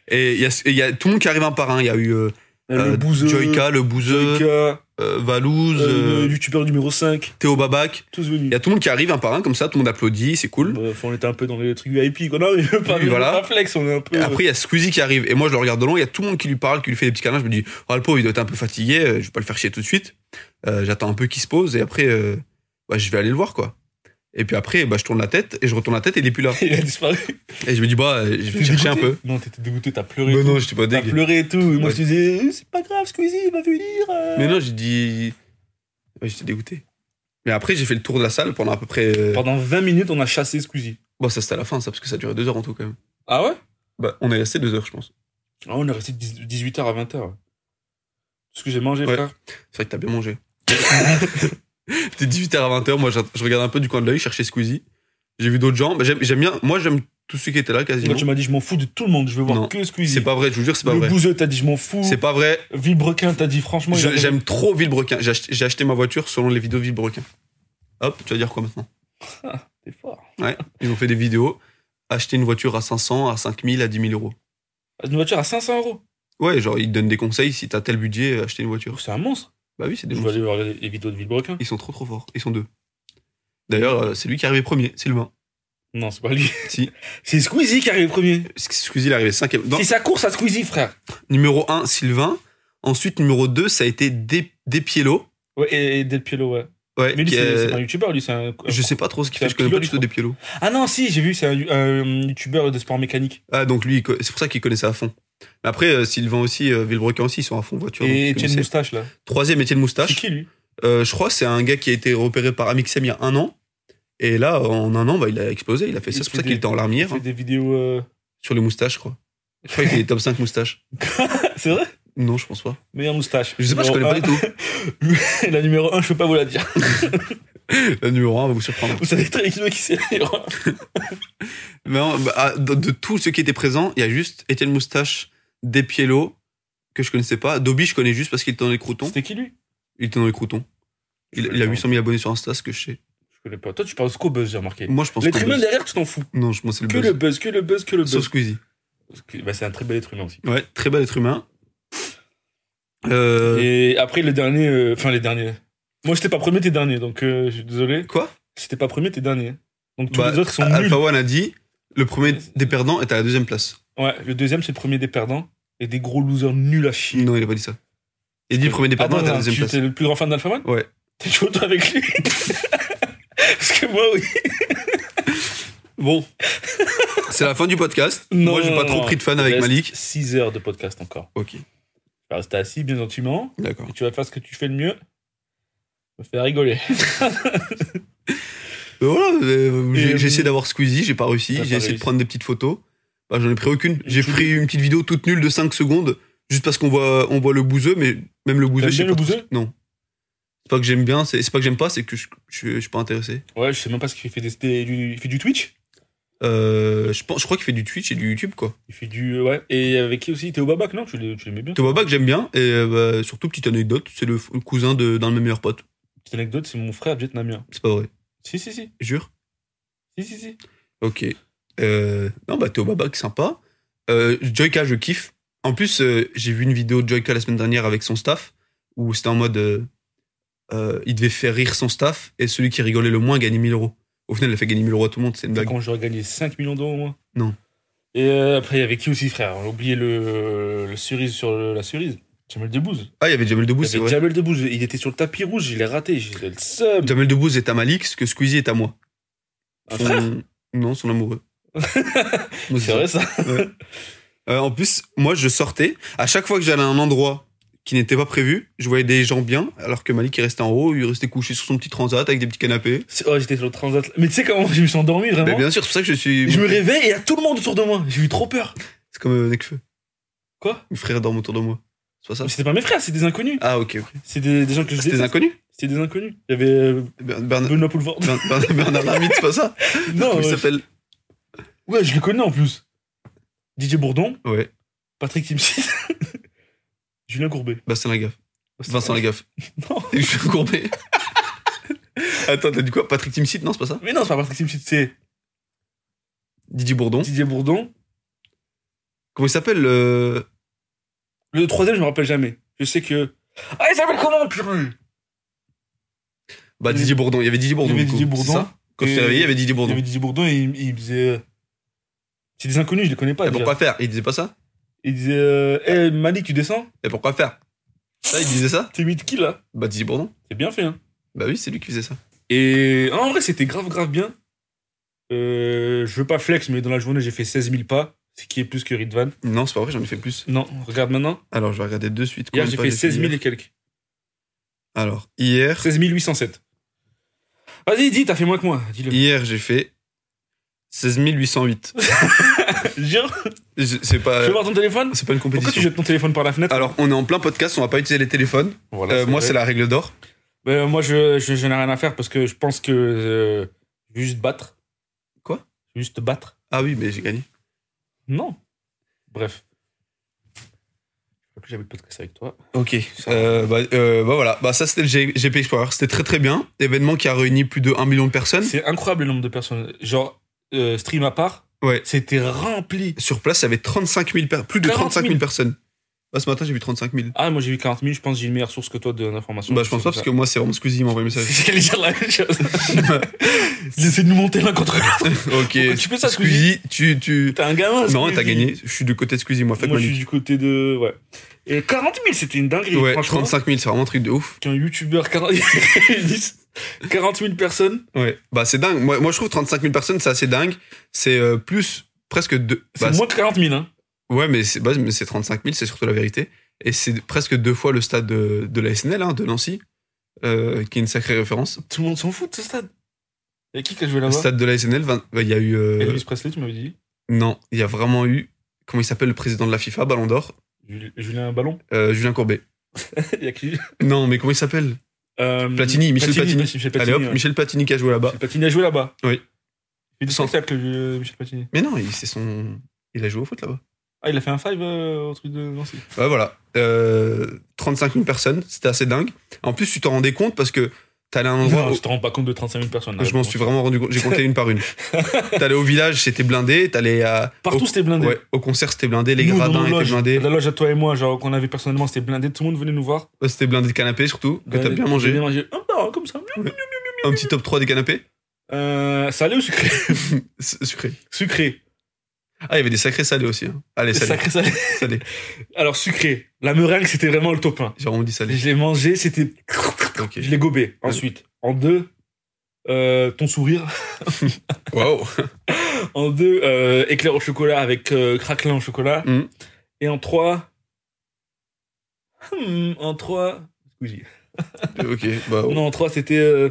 S2: Et il y, a- et il y a tout le monde qui arrive un par un. Il y a eu euh, euh,
S3: le bouseux.
S2: Joyka, le Bouzeux,
S3: Joyka.
S2: euh, Valouz,
S3: Euh,
S2: euh,
S3: le youtubeur numéro 5,
S2: Théo Babac.
S3: tous
S2: Il
S3: venus.
S2: y a tout le monde qui arrive un par un comme ça. Tout le monde applaudit. C'est cool.
S3: Bref, on était un peu dans les trucs VIP, quoi. Non, mais je veux pas,
S2: Oui,
S3: je veux
S2: voilà.
S3: pas flex, on est un peu.
S2: Et après, il y a Squeezie qui arrive. Et moi, je le regarde de loin. Il y a tout le monde qui lui parle, qui lui fait des petits câlins. Je me dis, oh, le pauvre, il doit être un peu fatigué. euh, Je vais pas le faire chier tout de suite. Euh, J'attends un peu qu'il se pose. Et après, euh, bah, je vais aller le voir, quoi. Et puis après, bah, je tourne la tête. Et je retourne la tête. Et il est plus là.
S3: [LAUGHS] il a disparu.
S2: Et je me dis, bah, euh, je vais
S3: T'es
S2: chercher un
S3: dégoûté
S2: peu.
S3: Non, t'étais dégoûté, t'as pleuré.
S2: Mais
S3: et tout.
S2: non, j'étais pas
S3: T'as
S2: dégueu.
S3: pleuré et tout. Et moi,
S2: Ouais.
S3: je te disais, euh, c'est pas grave, Squeezie, il va venir. euh.
S2: Mais non, j'ai dit. Ouais, j'étais dégoûté. Mais après, j'ai fait le tour de la salle pendant à peu près. euh,
S3: Pendant 20 minutes, on a chassé Squeezie.
S2: Bon, ça, c'était à la fin, ça, parce que ça durait deux heures en tout, quand même.
S3: Ah ouais
S2: Bah, on est resté deux heures, je pense.
S3: Ah, on est resté de 18h à 20h. Ce que j'ai mangé,
S2: Ouais.
S3: frère.
S2: C'est vrai que t'as bien mangé. [LAUGHS] T'es 18h à 20h, moi je je regarde un peu du coin de l'œil, chercher Squeezie. J'ai vu d'autres gens, bah, j'aime j'aime bien, moi j'aime tous ceux qui étaient là
S3: Quand
S2: quasiment.
S3: tu m'as dit, je m'en fous de tout le monde, je veux voir
S2: Non,
S3: que Squeezie.
S2: C'est pas vrai, je vous jure, c'est pas
S3: le
S2: vrai.
S3: bouseux, t'as dit, je m'en fous.
S2: C'est pas vrai,
S3: Villebrequin, t'as dit, franchement, il
S2: Je-
S3: a-
S2: j'aime trop Villebrequin. J'ai acheté, j'ai acheté ma voiture selon les vidéos de Villebrequin. Hop, tu vas dire quoi maintenant
S3: T'es fort.
S2: Ils ont fait des vidéos, acheter une voiture à 500, à 5000, à 10 000 euros.
S3: Une voiture à 500 euros.
S2: Ouais, genre ils te donnent des conseils, si t'as tel budget, euh, acheter une voiture.
S3: C'est un monstre.
S2: Bah oui, c'est des
S3: Je vais
S2: bons.
S3: aller voir les les vidéos de Villebrequin.
S2: Ils sont trop trop forts, ils sont deux. D'ailleurs, euh, c'est lui qui est arrivé premier, Sylvain.
S3: Non, c'est pas lui. [LAUGHS]
S2: Si.
S3: C'est Squeezie qui arrive premier.
S2: Squeezie, il est arrivé cinquième. Dans-
S3: C'est sa course à Squeezie, frère.
S2: Numéro 1, Sylvain. Ensuite, numéro 2, ça a été Dé- Depielo.
S3: Ouais, et, et Del Pielo, ouais.
S2: Ouais,
S3: Mais lui,
S2: qui
S3: c'est
S2: est-
S3: c'est pas un youtubeur, lui, c'est un.
S2: Je sais pas trop ce qu'il fait,
S3: C'est un
S2: je connais pas
S3: pilote,
S2: du tout
S3: je
S2: Depielo.
S3: Ah non, si, j'ai vu, c'est un, un youtubeur de sport mécanique.
S2: Ah, donc lui, il co- c'est pour ça qu'il connaissait à fond. Mais après, euh, Sylvain aussi, euh, Villebrequin aussi, ils sont à fond voiture. Ah, donc ils
S3: et Etienne
S2: connaissaient.
S3: Moustache, là.
S2: Troisième, Étienne
S3: C'est
S2: Moustache.
S3: qui, lui
S2: Euh, je crois que c'est un gars qui a été repéré par Amixem il y a un an. Et là, en un an, bah, il a explosé, il a fait
S3: Il
S2: ça. C'est
S3: fait
S2: pour ça qu'il
S3: des-
S2: était en
S3: Il
S2: larmière, hein.
S3: fait des vidéos. euh, [LAUGHS]
S2: sur les moustaches, je crois. Je crois qu'il est top 5 moustaches.
S3: C'est vrai
S2: Non, je pense pas.
S3: Meilleure moustache.
S2: Je sais pas, je connais pas du tout.
S3: [LAUGHS] tout. la numéro 1, je peux pas vous la dire.
S2: [LAUGHS] La numéro 1 va vous surprendre.
S3: Vous savez très bien qui c'est la numéro un.
S2: Non, bah, ah, de, de tous ceux qui étaient présents, il y a juste Étienne Moustache, Despiello, que je connaissais pas. Dobby, je connais juste parce qu'il était dans les croutons.
S3: C'était qui lui
S2: Il était dans les croutons. Il, il a 800 000 abonnés sur Insta, ce que je sais.
S3: Je connais pas. Toi, tu penses qu'au buzz, j'ai remarqué.
S2: Moi, je pense
S3: L'être
S2: qu'au
S3: humain
S2: buzz.
S3: derrière, tu t'en fous.
S2: Non, je pense que c'est
S3: Que
S2: le
S3: le
S2: buzz.
S3: buzz, que le buzz, que le
S2: Sauf
S3: buzz.
S2: Squeezie.
S3: Parce que- bah, c'est un très bel être humain aussi.
S2: Ouais, très bel être humain. Euh,
S3: Et après, le dernier. euh, Enfin, les derniers. Moi, j'étais pas premier, t'es dernier. Donc, euh, je suis désolé.
S2: Quoi
S3: J'étais pas premier, t'es dernier. Donc, tous
S2: Bah,
S3: les autres sont nuls.
S2: Alpha One a dit le premier des perdants est à la deuxième place.
S3: Ouais, le deuxième, c'est le premier des perdants. Et des gros losers nuls à chier.
S2: Non, il a pas dit ça. Il dit le premier des
S3: Ah
S2: perdants est à la
S3: non,
S2: deuxième
S3: tu
S2: place.
S3: t'es le plus grand fan d'Alpha Man
S2: Ouais.
S3: T'es chaud toi avec
S2: [LAUGHS]
S3: lui Parce que moi, oui.
S2: Bon, c'est la fin du podcast.
S3: Non,
S2: Moi, j'ai
S3: non,
S2: pas
S3: non,
S2: trop
S3: non.
S2: pris de fan avec Malik.
S3: 6 heures de podcast encore.
S2: Ok,
S3: Tu vas rester assis bien gentiment.
S2: d'accord.
S3: Et tu vas faire ce que tu fais le mieux. Me faire rigoler.
S2: Mais Voilà, euh,
S3: Et,
S2: j'ai
S3: euh,
S2: j'ai essayé d'avoir Squeezie, j'ai pas réussi. J'ai
S3: t'as pas
S2: essayé de
S3: réussi.
S2: prendre des petites photos. Bah, j'en ai pris aucune. J'ai
S3: Tu-
S2: pris une petite vidéo toute nulle de 5 secondes, juste parce qu'on voit, on voit le bouseux, mais même le bouseux,
S3: T'aimes
S2: je sais
S3: bien le
S2: pas.
S3: bouseux
S2: Non. C'est pas que j'aime bien, c'est c'est pas que j'aime pas, c'est que je, je, je suis pas intéressé.
S3: Ouais, je sais même pas ce qu'il fait. des- des- du- Il fait du Twitch
S2: Euh, je, pense, je crois qu'il fait du Twitch et du YouTube, quoi.
S3: Il fait du. euh, Ouais. Et avec qui aussi Théo Babac, non Tu l'ai- tu l'aimais bien
S2: Thomas Bach, j'aime bien, et euh, bah, surtout, petite anecdote, c'est le, f- le cousin de- d'un de mes meilleurs potes.
S3: Petite anecdote, c'est mon frère vietnamien.
S2: C'est pas vrai.
S3: Si, si, si.
S2: Jure
S3: Si, si, si.
S2: Ok. Euh, non, bah Théo Babac, sympa. Euh, Joyka, je kiffe. En plus, euh, j'ai vu une vidéo de Joyka la semaine dernière avec son staff, où c'était en mode. euh, euh, il devait faire rire son staff, et celui qui rigolait le moins gagnait 1000 euros. Au final, il a fait gagner 1000 euros à tout le monde, c'est une blague.
S3: Quand j'aurais gagné 5 millions d'euros, moi.
S2: Bah, Non.
S3: Et euh, après, il y avait qui aussi, frère On a oublié le, le cerise sur le- la cerise. Jamel Debbouze.
S2: Ah, il y avait Jamel
S3: Il
S2: Debbouze,
S3: y
S2: c'est
S3: avait
S2: vrai.
S3: Jamel Debbouze. Il était sur le tapis rouge, il est raté. J'ai le seum.
S2: Jamel Debbouze est à Malik, ce que Squeezie est à moi.
S3: Un
S2: Son-
S3: Ah, frère
S2: Non, son
S3: [LAUGHS]
S2: amoureux. Moi,
S3: C'est vrai, ça
S2: Euh, en plus, moi, je sortais. À chaque fois que j'allais à un endroit qui n'était pas prévu, je voyais des gens bien, alors que Malik, il restait en haut, il restait couché sur son petit transat avec des petits canapés.
S3: C'est- Oh, j'étais sur le transat. Mais tu sais comment je me suis endormi,
S2: Mais
S3: vraiment
S2: bien sûr, c'est pour ça que je suis.
S3: Ah Je me réveille et il y a tout le monde autour de moi. J'ai eu trop peur.
S2: C'est comme euh, Nekfeu.
S3: Quoi
S2: Mes frères dorment autour de moi. C'est pas ça
S3: Mais C'était pas mes frères, c'est des inconnus.
S2: Ah, ok, ok.
S3: C'est des, des gens que
S2: C'est
S3: je
S2: Ah, des
S3: déteste.
S2: inconnus
S3: C'est des inconnus. Il y avait euh,
S2: Ber- Bernard,
S3: Benoît Poulvord.
S2: Bern- Bern- Bernard Lamite, c'est pas ça [LAUGHS]
S3: Non,
S2: Comment il
S3: ouais,
S2: s'appelle
S3: ouais, je le connais en plus. DJ Bourdon,
S2: Ouais,
S3: Patrick Timsit, [LAUGHS] Julien Courbet.
S2: Bastien Lagaffe. Vincent Lagaffe.
S3: Non.
S2: Et je suis courbé. Attends, t'as dit quoi Patrick Timsit Non, c'est pas ça
S3: Mais non, c'est pas Patrick Timsit, c'est
S2: Didier Bourdon.
S3: Didier Bourdon.
S2: Comment il s'appelle euh,
S3: Le troisième, je me rappelle jamais. Je sais que. Ah, il s'appelle comment, purée
S2: Bah, Didier Bourdon. Il y avait Didier Bourdon.
S3: Il y avait
S2: du coup, c'est
S3: Didier Bourdon.
S2: ça Quand je
S3: Et-
S2: t'ai réveillé, il y avait Didier
S3: Il y
S2: Bourdon.
S3: avait Didier Bourdon et il, il faisait. euh, C'est des inconnus, je les connais pas.
S2: Et
S3: déjà.
S2: pourquoi faire Il disait pas ça
S3: Il disait euh, Eh, Malik, tu descends
S2: Et pourquoi faire Ça, il disait ça
S3: T'es 8 qui là
S2: Bah, Didier Bourdon.
S3: C'est bien fait, hein.
S2: Bah oui, c'est lui qui faisait ça.
S3: Et ah, en vrai, c'était grave, grave bien. Euh, je veux pas flex, mais dans la journée, j'ai fait 16 000 pas, ce qui est plus que Ridvan.
S2: Non, c'est pas vrai, j'en ai fait plus.
S3: Non, regarde maintenant.
S2: Alors, je vais regarder de suite.
S3: Hier,
S2: combien de
S3: j'ai
S2: pas
S3: fait 16 000
S2: hier.
S3: et quelques.
S2: Alors, hier,
S3: 16 807. Vas-y, dis, t'as fait moins que moi. Dis-le.
S2: hier j'ai fait 16 808.
S3: Jure,
S2: Je- c'est pas,
S3: je veux voir ton téléphone.
S2: c'est pas une
S3: Pourquoi tu
S2: compétition.
S3: jettes ton téléphone par la fenêtre
S2: Alors, on est en plein podcast, on va pas utiliser les téléphones.
S3: Voilà,
S2: Euh, moi,
S3: vrai.
S2: c'est la règle d'or.
S3: Euh, moi, je, je, je n'ai rien à faire parce que je pense que euh, je vais juste battre.
S2: Quoi
S3: Je vais Juste battre.
S2: Ah oui, mais j'ai gagné.
S3: Non. Bref. Je veux plus jamais de podcast avec toi.
S2: Ok. Euh, bah, euh, bah voilà, bah, ça c'était le G- GP Explorer. C'était très très bien. Événement qui a réuni plus de 1 million de personnes.
S3: C'est incroyable le nombre de personnes. Genre, euh, stream à part,
S2: Ouais.
S3: c'était rempli.
S2: Sur place, il y avait 35 000 per- plus de
S3: 40 000.
S2: 35 000 personnes. Bah, ce matin, j'ai vu 35 000.
S3: Ah, moi j'ai vu 40 000, je pense que j'ai une meilleure source que toi de l'information.
S2: Bah, je pense pas parce que moi, c'est vraiment Squeezie qui m'a envoyé un message.
S3: [LAUGHS] J'allais dire la même chose. Il essaie de nous monter l'un contre
S2: [LAUGHS]
S3: l'autre.
S2: ok.
S3: Pourquoi tu fais ça,
S2: Squeezie, tu. tu...
S3: T'es un gamin.
S2: Non,
S3: Squeezie.
S2: t'as gagné. Je suis du côté de Squeezie, moi. Faites
S3: Moi je
S2: Manu.
S3: suis du côté de. Ouais. Et 40 000, c'était une dinguerie.
S2: Ouais,
S3: franchement,
S2: 35 000, c'est vraiment un truc de ouf.
S3: qu'un youtubeur [LAUGHS] 40... 40 000 personnes.
S2: Ouais. Bah, c'est dingue. Moi, moi, je trouve 35 000 personnes, c'est assez dingue. C'est euh, plus presque deux.
S3: C'est
S2: bah,
S3: moins de 40 000. Hein.
S2: Ouais, mais c'est bah, mais c'est 35 000, c'est surtout la vérité. Et c'est presque deux fois le stade de, de la SNL, hein, de Nancy, euh, qui est une sacrée référence.
S3: Tout le monde s'en fout de ce stade. Et qui qui a joué
S2: Le
S3: là-bas
S2: stade de la SNL, vingt- bah, il y a eu. euh,
S3: Elvis Presley, tu m'avais dit.
S2: Non, il y a vraiment eu. Comment il s'appelle le président de la FIFA, Ballon d'Or
S3: Jul- Julien Ballon. [LAUGHS]
S2: Euh, Julien Courbet.
S3: Il y a qui
S2: Non, mais comment il s'appelle
S3: Euh,
S2: Platini, Michel Platini.
S3: Michel
S2: Allez
S3: Platini,
S2: hop,
S3: ouais.
S2: Michel Platini qui a joué là-bas.
S3: Michel Platini a joué là-bas.
S2: Oui.
S3: Il fait du
S2: Sans-
S3: spectacle, euh, Michel Platini.
S2: Mais non, il, c'est son... il a joué au foot là-bas.
S3: Ah, il a fait un five euh, au truc de Nancy.
S2: Ouais, voilà. Euh, 35 000 personnes, c'était assez dingue. En plus, tu t'en rendais compte parce que t'allais à un endroit.
S3: Non,
S2: où-
S3: je te rends pas compte de 35 000 personnes.
S2: Je m'en suis vraiment rendu compte. J'ai compté une
S3: [LAUGHS]
S2: par une. T'allais au village, c'était blindé. T'allais à.
S3: Partout,
S2: au-
S3: c'était blindé.
S2: Ouais, au concert, c'était blindé. Les
S3: Nous, dans
S2: gradins
S3: nos
S2: étaient
S3: loges,
S2: blindés.
S3: La loge à toi et moi, genre qu'on avait personnellement, c'était blindé. Tout le monde venait nous voir.
S2: Ouais, C'était blindé de canapés surtout. Que t'as
S3: Blindé,
S2: bien mangé.
S3: Bien mangé. Un par un, comme ça.
S2: Un petit top 3 des canapés [LAUGHS]
S3: Euh, salé ou sucré [LAUGHS]
S2: S- Sucré.
S3: Sucré.
S2: Ah, il y avait des sacrés salés aussi. hein. Allez, salés.
S3: Sacré salé.
S2: salés.
S3: Alors, sucré. La meringue, c'était vraiment le top 1.
S2: J'ai vraiment dit salés.
S3: Je l'ai mangé, c'était.
S2: Ok.
S3: Je l'ai gobé.
S2: Ouais.
S3: Ensuite, en deux, euh, ton sourire. [LAUGHS]
S2: Waouh.
S3: En deux, euh, éclair au chocolat avec euh, craquelin au chocolat.
S2: Mhm.
S3: Et en trois. Hmm, en trois. Squeezie.
S2: Ok, bah. oh.
S3: Non, en trois, c'était. euh,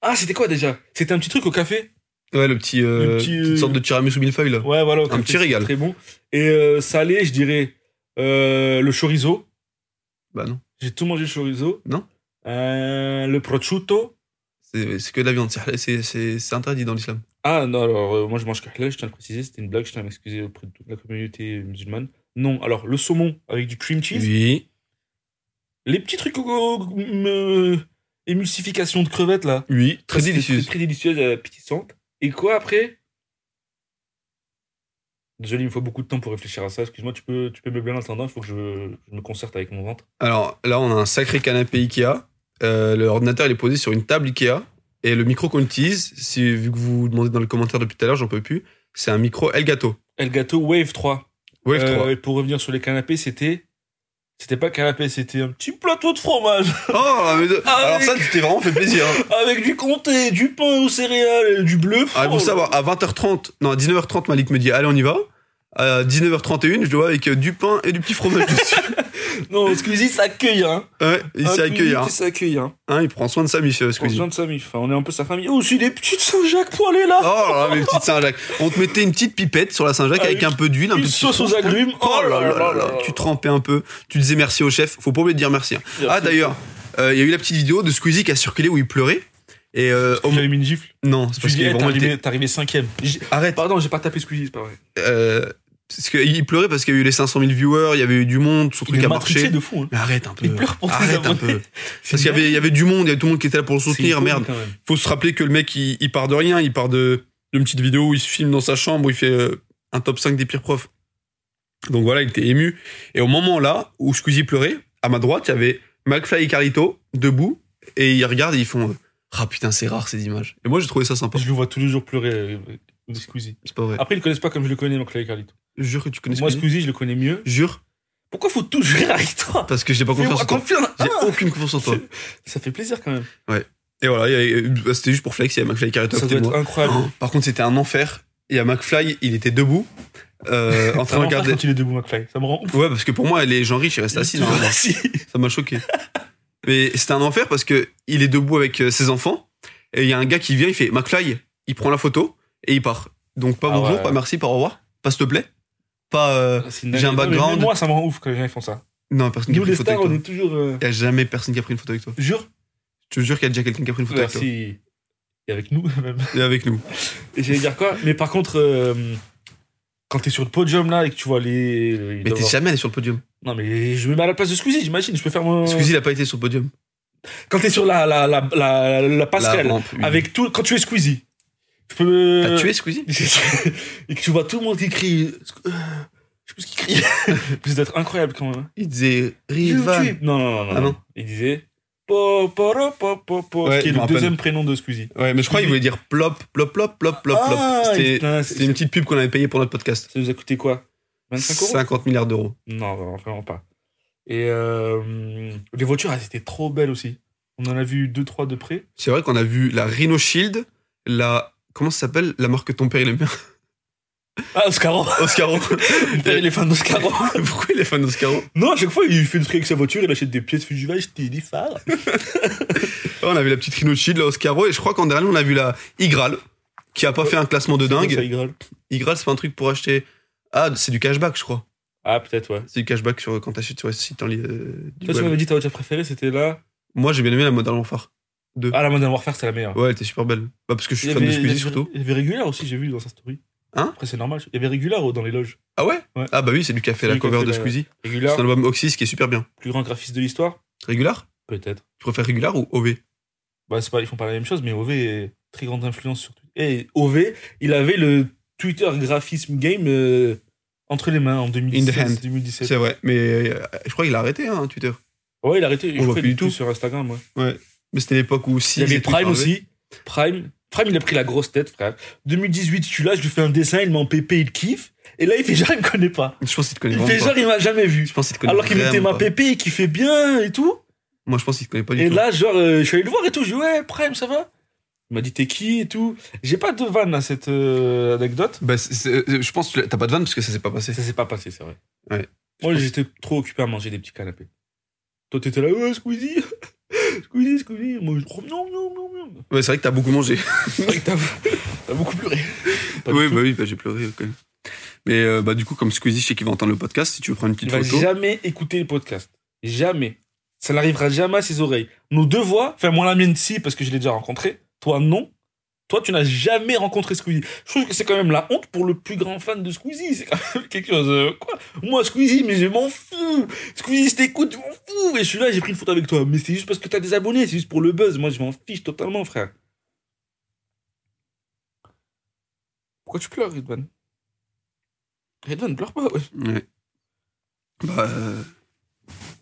S3: Ah, c'était quoi déjà C'était un petit truc au café
S2: Ouais, le petit. euh,
S3: Le petit,
S2: petite
S3: euh,
S2: sorte de tiramisu millefeuille là.
S3: Ouais, voilà. au café,
S2: petit
S3: c'est
S2: régal.
S3: Très bon. Et euh, salé, je dirais euh, le chorizo.
S2: Bah non.
S3: J'ai tout mangé le chorizo.
S2: Non.
S3: Euh, le prosciutto.
S2: C'est c'est que de la viande. c'est- c'est- C'est c'est interdit dans l'islam.
S3: Ah non, alors euh, moi je mange kahlal, je tiens à le préciser, c'était une blague, je tiens à m'excuser auprès de toute la communauté musulmane. Non, alors le saumon avec du cream cheese,
S2: Oui.
S3: les petits trucs au- au- euh, émulsification de crevettes là.
S2: Oui. Très
S3: Ça, c'était
S2: délicieuse.
S3: Très, très délicieuse, euh, pétissante. Et quoi après Désolé, il me faut beaucoup de temps pour réfléchir à ça. Excuse-moi, tu peux, tu peux meubler en attendant, il faut que je, je me concerte avec mon ventre.
S2: Alors là, on a un sacré canapé Ikea. Euh, L'ordinateur, il est posé sur une table Ikea. Et le micro qu'on utilise, si, vu que vous demandez dans le commentaire depuis tout à l'heure, j'en peux plus, c'est un micro Elgato.
S3: Elgato Wave 3.
S2: Wave
S3: Euh, et pour revenir sur les canapés, c'était. C'était pas canapé, c'était un petit plateau de fromage
S2: 3. Oh, mais de-
S3: Ah,
S2: Alors
S3: mais-
S2: ça, tu t'es vraiment fait plaisir.
S3: [LAUGHS]
S2: hein.
S3: avec du comté, du pain aux céréales, et du bleu.
S2: Ah,
S3: Oh,
S2: pour savoir, à 20h30, non, à 19h30, Malik me dit, allez, on y va. À 19h31, je le vois avec euh, du pain et du petit fromage dessus. [LAUGHS]
S3: Non, Squeezie s'accueille, hein.
S2: Ouais, il s'est accueilli.
S3: Il s'accueille, hein.
S2: hein. Hein, il prend soin de sa miche,
S3: On se
S2: excusez.
S3: vient de sa mif, hein. on est un peu sa famille. Oh, aussi des petites Saint-Jacques pour aller là.
S2: Oh là là, mes petites Saint-Jacques. On te mettait une petite pipette sur la Saint-Jacques
S3: Ah,
S2: avec
S3: une-
S2: un peu d'huile, un peu
S3: une
S2: de
S3: sauce
S2: citron.
S3: aux agrumes.
S2: Oh là là là là, tu trempais un peu, tu disais merci au chef, faut pas oublier de dire merci. hein. Ah d'ailleurs, euh, il y a eu la petite vidéo de Squeezie qui a circulé où il pleurait. Et euh, au-
S3: J'avais mis une gifle.
S2: non, c'est
S3: Tu
S2: parce
S3: dis,
S2: qu'il
S3: hey,
S2: vraiment
S3: t'es
S2: été...
S3: arrivé eh, cinquième. J'ai-
S2: Arrête,
S3: Pardon, j'ai pas tapé Squeezie, c'est pas vrai.
S2: euh, parce que il pleurait parce qu'il y a eu les 500 000 viewers, il y avait eu du monde, son truc
S3: est
S2: a
S3: matrixé
S2: marché.
S3: de fou. hein.
S2: Mais arrête un peu.
S3: Il pleure pour ses
S2: Arrête un
S3: abonnés.
S2: peu. Parce qu'il y avait, il y avait du monde, il y avait tout le monde qui était là pour le
S3: C'est
S2: soutenir.
S3: une
S2: Merde.
S3: quand même.
S2: Faut se rappeler que le mec, il, il part de rien, il part de d'une petite vidéo où il se filme dans sa chambre, où il fait euh, un top 5 des pires profs. Donc voilà, il était ému. Et au moment là où Squeezie pleurait, à ma droite, il y avait McFly et Carlito debout, et ils regardent et ils font euh, Ah putain, c'est rare ces images. Et moi, j'ai trouvé ça sympa.
S3: Je le vois tous les jours pleurer, euh, euh, Squeezie.
S2: C'est pas vrai.
S3: Après, ils le connaissent pas comme je le connais, donc là, Carlito.
S2: Jure que tu connais
S3: Moi,
S2: Squeezie.
S3: Squeezie, je le connais mieux.
S2: Jure,
S3: Pourquoi faut tout jurer avec toi
S2: parce que j'ai pas confiance
S3: Fais-moi
S2: en toi.
S3: confiance.
S2: J'ai
S3: Ah,
S2: aucune confiance en toi.
S3: Ça fait plaisir quand même.
S2: Et voilà, il y avait- bah, c'était juste pour flex, il y avait McFly et Carlito à
S3: Ça
S2: côté
S3: doit
S2: de
S3: être
S2: moi.
S3: incroyable.
S2: Oh, Par contre, c'était un enfer. Et à McFly, il était debout,
S3: [LAUGHS]
S2: euh, en train
S3: Ça
S2: de
S3: m'en fait
S2: regarder.
S3: quand il est debout, McFly. Ça me rend ouf.
S2: Ouais, parce que pour moi, les gens riches, ils restent assis. normalement.
S3: [LAUGHS] Assis.
S2: Ça m'a choqué. Mais c'était un enfer parce que il est debout avec euh, ses enfants et il y a un gars qui vient, il fait McFly, il prend la photo et il part. Donc pas
S3: Ah
S2: bonjour,
S3: ouais.
S2: pas merci, pas au revoir, pas s'il te plaît, pas. euh,
S3: C'est une
S2: J'ai un
S3: dinguerie. Non, mais
S2: background.
S3: même moi, ça me rend ouf quand les gens ils font ça.
S2: Non, personne qui a
S3: Nous,
S2: pris
S3: les
S2: une photo
S3: stars,
S2: avec
S3: on
S2: toi.
S3: est toujours. euh,
S2: Il y a jamais personne qui a pris une photo avec toi.
S3: Jure
S2: Je te jure qu'il y a déjà quelqu'un qui a pris une photo avec
S3: Merci. Et avec nous, [LAUGHS] même.
S2: toi. Et avec nous.
S3: Et j'allais dire quoi Mais par contre, euh, quand t'es sur le podium là et que tu vois les. les-
S2: Mais t'es
S3: d'abord-
S2: jamais allé sur le podium.
S3: Non, mais je me mets à la place de Squeezie, j'imagine. Je peux faire mon.
S2: Squeezie, il a pas été sur le podium.
S3: Quand t'es sur la, la, la, la, la passerelle.
S2: La rampe, oui.
S3: avec euh, tout. Quand tu es Squeezie. Je peux.
S2: T'as tué Squeezie
S3: [LAUGHS] et que tu vois tout le monde qui crie. euh, je sais plus ce qu'il
S2: [LAUGHS]
S3: crie. Ça doit être incroyable quand même. hein.
S2: Il disait Rivan.
S3: YouTube. Non, non, non, non.
S2: Ah
S3: non.
S2: non.
S3: Il disait. Po, po, ro, po, po, po,
S2: Ouais,
S3: qui
S2: je
S3: est
S2: me
S3: le
S2: rappelle.
S3: deuxième prénom de Squeezie.
S2: Ouais, mais je crois qu'il voulait dire plop, plop, plop, plop, plop, plop.
S3: Ah,
S2: C'était
S3: putain, c'est-
S2: c'était une petite pub qu'on avait payée pour notre podcast.
S3: Ça nous a coûté quoi 25 euros
S2: 50 milliards d'euros.
S3: Non, vraiment, vraiment pas. Et euh, les voitures, elles étaient trop belles aussi. On en a vu 2-3 de près.
S2: C'est
S3: [LAUGHS]
S2: vrai qu'on a vu la Rhino Shield, la. Comment ça s'appelle La marque que ton père il aime bien.
S3: Ah,
S2: [LAUGHS]
S3: Oscaro [LAUGHS]
S2: Oscaro.
S3: Il est fan d'Oscaro
S2: Pourquoi il est fan d'Oscaro
S3: Non, à chaque fois, il fait le truc avec sa voiture, il achète des pièces Fujiva, il des phares.
S2: Ouais, on a vu la petite Rhinucci de la Oscaro et je crois qu'en dernier on a vu la Igral qui a pas fait un classement de dingue. Igral c'est pas un truc pour acheter. Ah c'est du cashback je crois.
S3: Ah, peut-être, ouais.
S2: C'est du cashback sur quand t'achètes sur le site en ligne. euh, du
S3: Toi, tu
S2: web.
S3: m'avais dit ta voiture préférée, c'était là.
S2: Moi j'ai bien aimé la Modern Warfare.
S3: Ah, la Modern Warfare, c'est la meilleure.
S2: Ouais elle était super belle. Bah, parce que je suis
S3: Il y
S2: fan de
S3: avait- il y
S2: Squeezie
S3: avait-
S2: surtout.
S3: Il y avait régulière aussi, j'ai vu dans sa story.
S2: Hein
S3: Après, c'est normal. Il y avait régulière dans les loges.
S2: Ah ouais,
S3: Ouais.
S2: Ah bah oui c'est du café
S3: C'est
S2: la
S3: du
S2: cover
S3: Café,
S2: de
S3: la-
S2: Squeezie.
S3: Régulière,
S2: C'est un album Oxys qui est super bien.
S3: plus grand graphiste de l'histoire
S2: Régular
S3: Peut-être.
S2: Tu préfères régular ou OV
S3: Bah, c'est pas, ils font pas la même chose, mais OV est très grande influence sur Twitter. Et OV, il avait le Twitter graphisme game euh, entre les mains en 2016,
S2: hand.
S3: 2017.
S2: C'est vrai mais euh, je crois qu'il a arrêté hein, Twitter.
S3: Ouais, il a arrêté. je
S2: voit
S3: crois
S2: plus
S3: qu'il est
S2: du tout.
S3: sur Instagram, ouais.
S2: Mais c'était l'époque où si
S3: il y avait
S2: c'était
S3: Prime
S2: Twitter,
S3: aussi. Prime. Prime, il a pris la grosse tête, frère. 2018, celui-là, je lui fais un dessin, il m'en pépé, il kiffe. Et là, il fait [LAUGHS] genre, il me connaît pas.
S2: Je pense qu'il te connaît
S3: Il
S2: vraiment
S3: fait
S2: pas.
S3: genre, il m'a jamais vu.
S2: Je pense qu'il te connaît
S3: Alors qu'il mettait
S2: vraiment
S3: ma
S2: pas.
S3: pépé et qu'il fait bien et tout.
S2: Moi je pense qu'il te connaît pas du
S3: Et
S2: tout.
S3: là, genre, euh, je suis allé le voir et tout. Je lui ai dit, ouais, Prime, ça va Il m'a dit, t'es qui et tout. J'ai pas de vanne à cette euh, anecdote.
S2: Bah, c'est- c'est- je pense que t'as pas de vanne parce que ça s'est pas passé.
S3: Ça s'est pas passé, c'est vrai.
S2: Ouais.
S3: Moi,
S2: Je pense-
S3: j'étais trop occupé à manger des petits canapés. Toi, t'étais là, ouais, Squeezie. [LAUGHS] Squeezie, Squeezie. Moi, je trouve, non, non, non,
S2: [LAUGHS]
S3: non.
S2: Ouais, c'est vrai que t'as beaucoup mangé.
S3: C'est vrai que T'as t'as beaucoup pleuré. Pas du
S2: oui,
S3: tout.
S2: bah oui, bah j'ai pleuré quand même. Mais euh, bah, du coup, comme Squeezie, je sais qu'il va entendre le podcast. Si tu veux prendre une
S3: Il
S2: petite
S3: va
S2: photo,
S3: jamais écouter le podcast. Jamais. Ça n'arrivera jamais à ses oreilles. Nos deux voix, enfin moi la mienne si parce que je l'ai déjà rencontré, toi non. Toi tu n'as jamais rencontré Squeezie. Je trouve que c'est quand même la honte pour le plus grand fan de Squeezie. C'est quand même [LAUGHS] quelque chose. euh, quoi Moi Squeezie, mais je m'en fous. Squeezie, je t'écoute, je m'en fous. Et je suis là, j'ai pris une photo avec toi. Mais c'est juste parce que t'as des abonnés, c'est juste pour le buzz. Moi je m'en fiche totalement, frère. Pourquoi tu pleures, Redvan Redvan, pleure pas, ouais.
S2: Ouais. Bah, euh,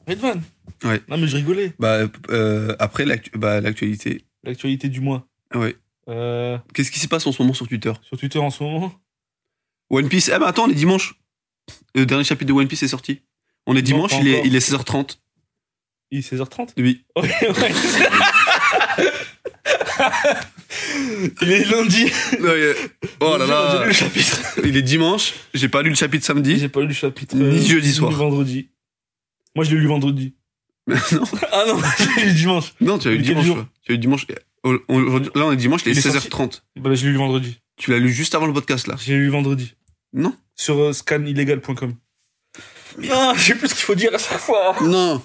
S3: Redvan
S2: Ouais.
S3: Non mais je rigolais.
S2: bah, euh, après l'actu- bah, l'actualité,
S3: l'actualité du mois.
S2: Ouais.
S3: Euh,
S2: qu'est-ce qui se passe en ce moment sur Twitter
S3: sur Twitter en ce moment.
S2: One Piece. Eh, bah attends, on est dimanche. Le dernier chapitre de One Piece est sorti. On est
S3: Non,
S2: dimanche,
S3: pas
S2: il est,
S3: encore.
S2: il est 16h30.
S3: Il est 16h30.
S2: Oui.
S3: Ouais,
S2: [LAUGHS]
S3: ouais. Il est [LAUGHS] lundi.
S2: Ouais, euh, oh là
S3: Lundi, on a lu
S2: là,
S3: le chapitre.
S2: il est dimanche. J'ai pas lu le chapitre samedi.
S3: J'ai pas lu le chapitre. euh,
S2: Ni jeudi
S3: ni
S2: soir.
S3: vendredi. Moi, je l'ai lu vendredi.
S2: [LAUGHS] non,
S3: Ah non, [LAUGHS] je l'ai lu dimanche.
S2: non, tu as eu
S3: Quel
S2: dimanche.
S3: jour
S2: toi. Tu as eu dimanche. Aujourd'hui- Là, on est dimanche, il est
S3: Il est sorti-
S2: 16h30.
S3: Bah, je l'ai lu vendredi.
S2: Tu l'as lu juste avant le podcast là.
S3: J'ai lu vendredi.
S2: Non.
S3: Sur euh, scanillegal.com. Ah, je sais plus ce qu'il faut dire à chaque fois.
S2: Non.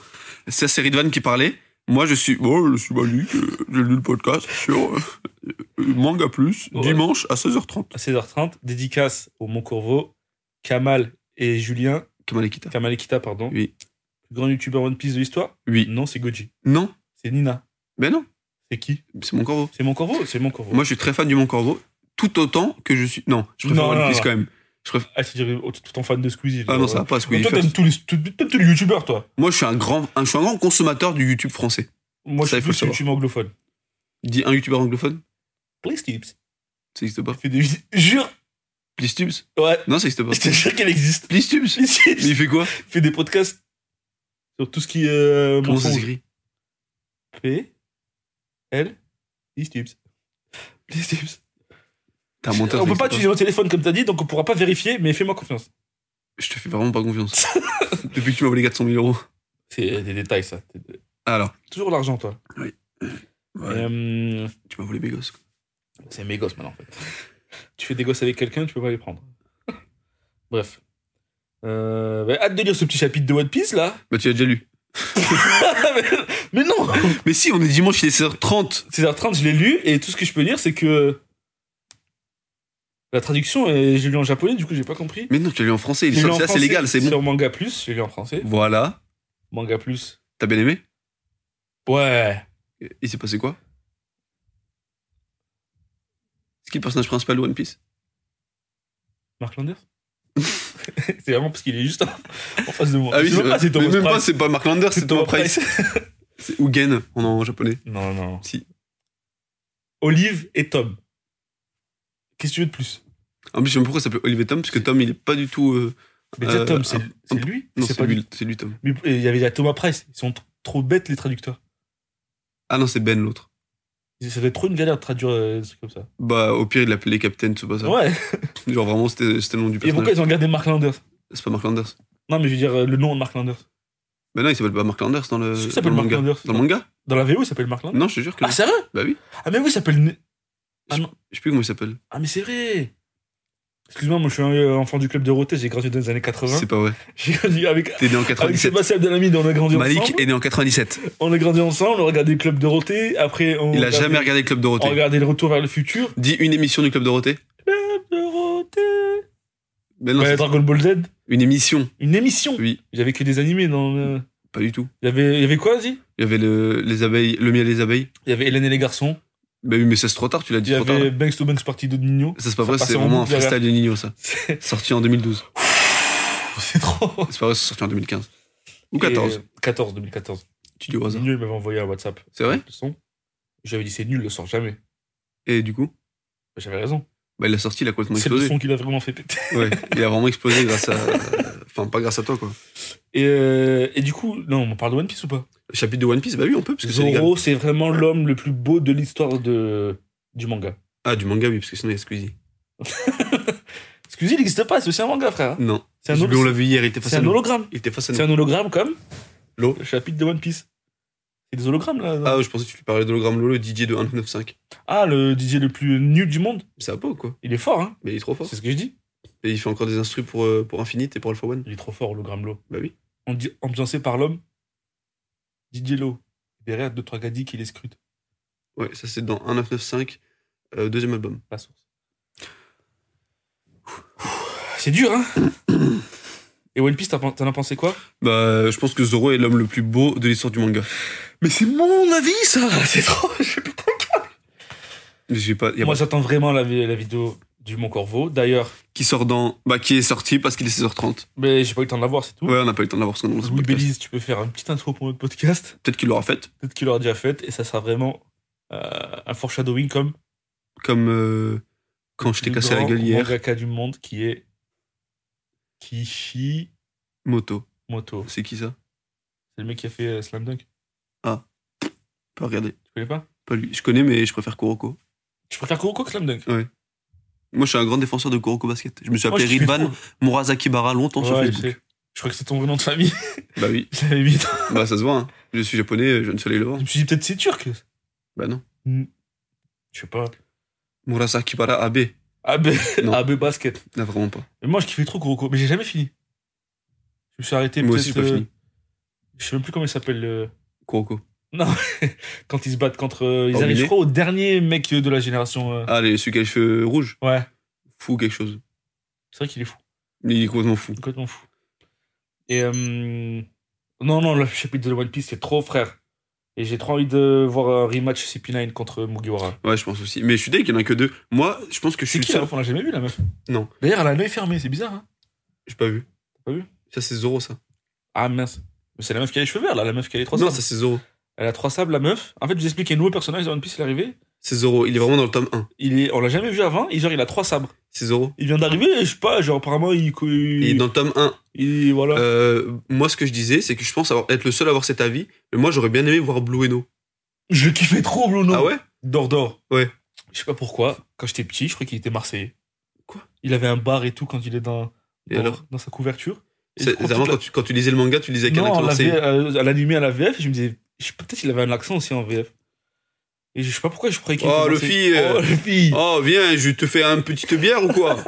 S2: Ça, c'est Ridvan qui parlait. Moi, je suis. Oh, je suis Malik. euh, J'ai lu le podcast sur euh, euh, Manga Plus,
S3: Ouais.
S2: dimanche à 16h30.
S3: À 16h30, dédicace au Montcorvo, Kamal et Julien.
S2: Kamal Akita.
S3: Kamal Ekita, pardon.
S2: Oui.
S3: Plus grand youtubeur One Piece de l'histoire
S2: Oui.
S3: Non, c'est Goji.
S2: Non.
S3: C'est Nina.
S2: Ben non.
S3: C'est qui
S2: C'est mon corbeau.
S3: C'est mon corbeau C'est mon corbeau.
S2: Moi, je suis très fan du Mon Corbeau. Tout autant que je suis. Non, je préfère
S3: Non,
S2: One
S3: non,
S2: Piece
S3: non.
S2: quand même.
S3: Ah, c'est dire, oh, tout en fan de Squeezie.
S2: Ah
S3: genre,
S2: non, ça
S3: ouais.
S2: va pas.
S3: Mais
S2: Squeezie
S3: toi,
S2: First.
S3: t'aimes tous les, tous, t'aimes tous les youtubeurs, toi.
S2: Moi, je suis un grand, un, je suis un grand consommateur du YouTube français.
S3: Moi,
S2: Ça,
S3: je
S2: il
S3: suis
S2: faut
S3: plus
S2: savoir.
S3: youtubeur anglophone.
S2: Dis un YouTuber anglophone.
S3: Please Tips.
S2: Ça existe pas.
S3: Fait des [LAUGHS] vidéos. Jure
S2: Please Tubes.
S3: Ouais.
S2: Non, ça existe pas.
S3: Je te jure qu'elle existe.
S2: Please Tubes.
S3: Please Tips.
S2: Mais il fait quoi
S3: Il fait des podcasts sur tout ce qui est. euh,
S2: Comment ça
S3: mensonge.
S2: s'écrit
S3: P. L. Please Tips. Please Tips.
S2: T'as un monteur. ça
S3: on peut
S2: existe
S3: pas utiliser mon téléphone comme t'as dit, donc on pourra pas vérifier, mais fais-moi confiance.
S2: Je te fais vraiment pas
S3: [LAUGHS]
S2: confiance. Depuis que tu m'as volé 400 000 euros.
S3: C'est euh, des détails, ça.
S2: Alors.
S3: Toujours l'argent, toi.
S2: Ouais.
S3: Et, euh,
S2: Tu m'as volé mes gosses. quoi.
S3: c'est mes gosses maintenant, en fait. [LAUGHS] tu fais des gosses avec quelqu'un, tu peux pas les prendre. Bref. Euh, bah, hâte de lire ce petit chapitre de One Piece, là. [LAUGHS]
S2: Bah, tu l'as déjà lu.
S3: Mais non
S2: Mais si, on est dimanche, il est 16h30.
S3: 16h30, je l'ai lu, et tout ce que je peux dire, c'est que. La traduction, euh, je l'ai lu en japonais, du coup, j'ai pas compris.
S2: Mais non, tu l'as lu en français. Il
S3: Je
S2: est
S3: l'ai lu en
S2: sorti là, c'est
S3: français
S2: légal, c'est bon.
S3: Sur Manga Plus, je l'ai lu en français.
S2: Voilà.
S3: Manga Plus.
S2: T'as bien aimé
S3: Ouais.
S2: Il s'est passé quoi C'est qui le personnage principal de One Piece
S3: Mark Landers
S2: [LAUGHS]
S3: C'est vraiment parce qu'il est juste en, en face de moi.
S2: Ah oui,
S3: Je sais
S2: c'est
S3: même pas,
S2: vrai.
S3: c'est Thomas
S2: Mais même pas,
S3: Price.
S2: c'est pas Mark Lander, c'est Thomas Price.
S3: Price.
S2: C'est Hugen en, en japonais.
S3: Non, non.
S2: Si.
S3: Olive et Tom. Qu'est-ce que tu veux de plus
S2: En plus, je sais même pourquoi il s'appelle Olivier Tom, parce que Tom, il est pas du tout. euh,
S3: Mais déjà,
S2: Euh,
S3: Tom, c'est
S2: un-
S3: c'est lui
S2: Non,
S3: C'est
S2: c'est
S3: pas
S2: lui, c'est lui, Tom.
S3: Mais euh, il y avait la Thomas Price. Ils sont t- trop bêtes, les traducteurs.
S2: Ah non, c'est Ben l'autre.
S3: Ça doit être trop une galère de traduire euh, des trucs comme ça.
S2: Bah, au pire, il l'appelait Captain Tsubasa.
S3: Ouais.
S2: Genre, vraiment, c'était c'était le nom du
S3: Et pourquoi
S2: personnage.
S3: ils ont gardé Mark Landers
S2: C'est pas Mark Landers.
S3: Non, mais je veux dire euh, le nom de Mark Landers.
S2: Mais non, il s'appelle pas Mark Landers dans le,
S3: Est-ce qu'il
S2: dans
S3: s'appelle
S2: le
S3: Mark
S2: manga.
S3: Landers
S2: Dans le manga
S3: Dans la VO, il s'appelle Mark Landers.
S2: Non, je te jure que.
S3: Ah, sérieux
S2: Bah oui.
S3: Ah, mais oui, il s'appelle. Ne- Ah, non.
S2: Je sais plus comment il s'appelle.
S3: Ah, mais c'est vrai Excuse-moi, moi je suis un euh, enfant du club de Roté, j'ai grandi dans les années 80.
S2: C'est pas vrai.
S3: J'ai grandi avec,
S2: T'es né en
S3: avec
S2: 97.
S3: Sébastien Abdelhamid, on a grandi
S2: Malik
S3: ensemble.
S2: est né en 97.
S3: On a grandi ensemble, on a regardé Club Dorothée, après on.
S2: Il a
S3: regardait-
S2: jamais regardé Club
S3: On
S2: Dorothée.
S3: regardait le retour vers le futur.
S2: Dis une émission du Club Dorothée.
S3: Club Dorothée
S2: Mais non,
S3: Ouais,
S2: c'est-
S3: Dragon Ball Z,
S2: une émission.
S3: une émission
S2: Oui,
S3: J'avais que des animés dans le.
S2: pas du tout.
S3: Il y avait, il y avait quoi, vas-y
S2: Il y avait le, les abeilles, le miel et les abeilles.
S3: Il y avait Hélène et les garçons,
S2: Bah oui, mais ça c'est trop tard, tu l'as
S3: il
S2: dit
S3: y
S2: trop tard. là.
S3: avait Banks to Banks Party de Nino.
S2: Ça c'est pas
S3: ça
S2: vrai,
S3: passait
S2: c'est
S3: en
S2: vraiment un
S3: boucle derrière.
S2: freestyle de Nino ça.
S3: [LAUGHS] C'est
S2: Sorti en 2012.
S3: c'est trop.
S2: [LAUGHS] C'est pas vrai, c'est sorti en 2015. Ou 14,
S3: Et, euh, 14, 2014.
S2: tu dis au hasard.
S3: Nino, il m'avait envoyé un WhatsApp.
S2: C'est vrai
S3: Le son. J'avais dit, c'est nul, le sort jamais.
S2: Et du coup,
S3: J'avais raison.
S2: bah, il a sorti, il a complètement
S3: C'est le
S2: explosé.
S3: son qu'il a vraiment fait péter.
S2: Ouais, il a vraiment explosé grâce à.
S3: [LAUGHS]
S2: Enfin, pas grâce à toi quoi.
S3: Et, euh, et du coup, non, on parle de One Piece ou pas
S2: Le chapitre de One Piece, bah oui, on peut, parce que c'est légal.
S3: Zoro, c'est vraiment l'homme le plus beau de l'histoire de du manga.
S2: Ah, du manga, oui, parce que sinon il y a Squeezie.
S3: Excusez, il n'existe pas, c'est aussi un manga, frère.
S2: Non.
S3: C'est un,
S2: Je-
S3: holo-
S2: On l'a vu hier, il était face
S3: c'est
S2: à
S3: un
S2: nous.
S3: hologramme.
S2: Il était face à
S3: C'est
S2: nous.
S3: un hologramme comme
S2: L'eau.
S3: le chapitre de One Piece. C'est des hologrammes, là. non
S2: Ah, je pensais que tu parlais d'hologramme Lolo, DJ de 195.
S3: Ah, le DJ le plus nul du monde,
S2: C'est un peu ou quoi
S3: il est fort, hein
S2: Mais il est trop fort.
S3: C'est ce que je dis.
S2: Et il fait encore des instrus pour, euh, pour Infinite et pour Alpha One.
S3: Il est trop fort, hologramme l'eau.
S2: Bah oui.
S3: On dit ambiancé par l'homme. DJ l'eau. Derrière, deux, trois gadis qui les scrutent.
S2: Ouais, ça c'est dans 1995, euh, deuxième album.
S3: La source. C'est dur, hein Et One Piece, t'as pen- t'en as pensé quoi
S2: Bah, euh, je pense que Zoro est l'homme le plus beau de l'histoire du manga.
S3: Mais c'est mon avis,
S2: [LAUGHS]
S3: ça C'est trop... je putain.
S2: J'ai pas, y a
S3: Moi,
S2: pas-
S3: j'attends vraiment la, vi- la vidéo du Mont Corvo. D'ailleurs,
S2: Qui sort dans. Bah, qui est sorti parce qu'il est 16h30.
S3: mais j'ai pas eu le temps de la voir, c'est tout.
S2: Ouais, on n'a pas eu le temps d'avoir son nom dans ce
S3: Louis
S2: podcast.
S3: Belize, tu peux faire un petit intro pour notre podcast.
S2: Peut-être qu'il l'aura faite,
S3: Peut-être qu'il l'aura déjà fait, et ça sera vraiment euh, un foreshadowing comme...
S2: comme euh, quand je t'ai
S3: le
S2: cassé la
S3: grand
S2: gueule hier.
S3: mangaka du monde qui est... Kishimoto.
S2: Moto. C'est qui ça
S3: C'est le mec qui a fait euh, Slam Dunk.
S2: Pas regarder.
S3: Tu connais pas
S2: Pas lui. Je connais, mais je préfère Kuroko.
S3: Tu préfères Kuroko que Slam Dunk
S2: Moi, je suis un grand défenseur de Kuroko Basket. Je me suis
S3: Moi,
S2: appelé
S3: je suis
S2: Ridvan
S3: fou.
S2: Murazaki Bara longtemps sur
S3: Ouais, je
S2: Facebook.
S3: sais. Je crois que c'est ton vrai nom de famille. [LAUGHS]
S2: Bah oui,
S3: Je l'avais mis dans-
S2: bah ça se voit. Hein. Je suis japonais, je ne soleil
S3: Je
S2: levant.
S3: me suis dit peut-être c'est turc.
S2: Bah non.
S3: Je sais pas.
S2: Murasaki Bara Abe.
S3: AB,
S2: Non.
S3: AB basket.
S2: Là, vraiment pas.
S3: Mais moi je kiffais trop Kuroko, mais j'ai jamais fini. Je me suis arrêté
S2: Moi aussi, j'ai
S3: peut-être,
S2: pas
S3: euh,
S2: fini.
S3: Je sais même plus comment il s'appelle le-
S2: Kuroko.
S3: quand ils se battent contre euh, ils
S2: Horminé.
S3: arrivent je crois au dernier mec de la génération. euh,
S2: Ah, les- celui qui a les cheveux rouges.
S3: Ouais,
S2: Fou quelque chose.
S3: c'est vrai qu'il est fou,
S2: Il est complètement fou.
S3: complètement fou. Et euh, non non, le chapitre de One Piece c'est trop frère. Et j'ai trop envie de voir un rematch CP9 contre Mugiwara.
S2: Ouais, je pense aussi. Mais je suis deg qu'il y en a que deux. Moi, je pense que je suis
S3: C'est
S2: le
S3: qui
S2: seul.
S3: la meuf On l'a jamais vu la meuf.
S2: Non.
S3: D'ailleurs elle a l'œil fermé, c'est bizarre. Hein
S2: J'ai pas vu.
S3: Pas vu
S2: Ça, c'est Zoro, ça.
S3: ah mince. Mais c'est la meuf qui a les cheveux verts là, la meuf qui a les trois
S2: non,
S3: sables.
S2: ça, c'est Zoro.
S3: Elle a trois sables, la meuf. En fait, je vous explique, il y a un nouveau personnage dans One Piece, il est arrivé.
S2: C'est Zoro. Il est vraiment dans le tome 1.
S3: Il est, on l'a jamais vu avant, et genre, il a trois sabres.
S2: C'est Zoro.
S3: Il vient d'arriver, et je sais pas, genre, apparemment, il. co- Il,
S2: Et dans le tome 1,
S3: il- voilà.
S2: euh, moi, ce que je disais, c'est que je pense avoir, être le seul à avoir cet avis. Mais moi, j'aurais bien aimé voir Blue Eno.
S3: Je le kiffais trop, Blono.
S2: Ah ouais
S3: Dor Dor.
S2: Ouais.
S3: Je sais pas pourquoi, quand j'étais petit, je croyais qu'il était Marseillais.
S2: Quoi
S3: Il avait un bar et tout quand il est dans,
S2: Et
S3: dans,
S2: alors
S3: dans sa couverture. Et
S2: C'est
S3: je crois
S2: c'est vraiment
S3: toute la-
S2: quand tu, quand tu lisais le manga, tu lisais avec un
S3: Non,
S2: accent
S3: on l'avait
S2: marseillais.
S3: euh, à l'animé à la VF, et je me disais, je sais pas, peut-être qu'il avait un accent aussi en VF. Et je sais pas pourquoi je croyais qu'il
S2: Oh,
S3: était
S2: le
S3: Marseillais.
S2: fille, euh,
S3: Oh, le fille
S2: Oh, viens, je te fais un petite bière ou
S3: [LAUGHS]
S2: quoi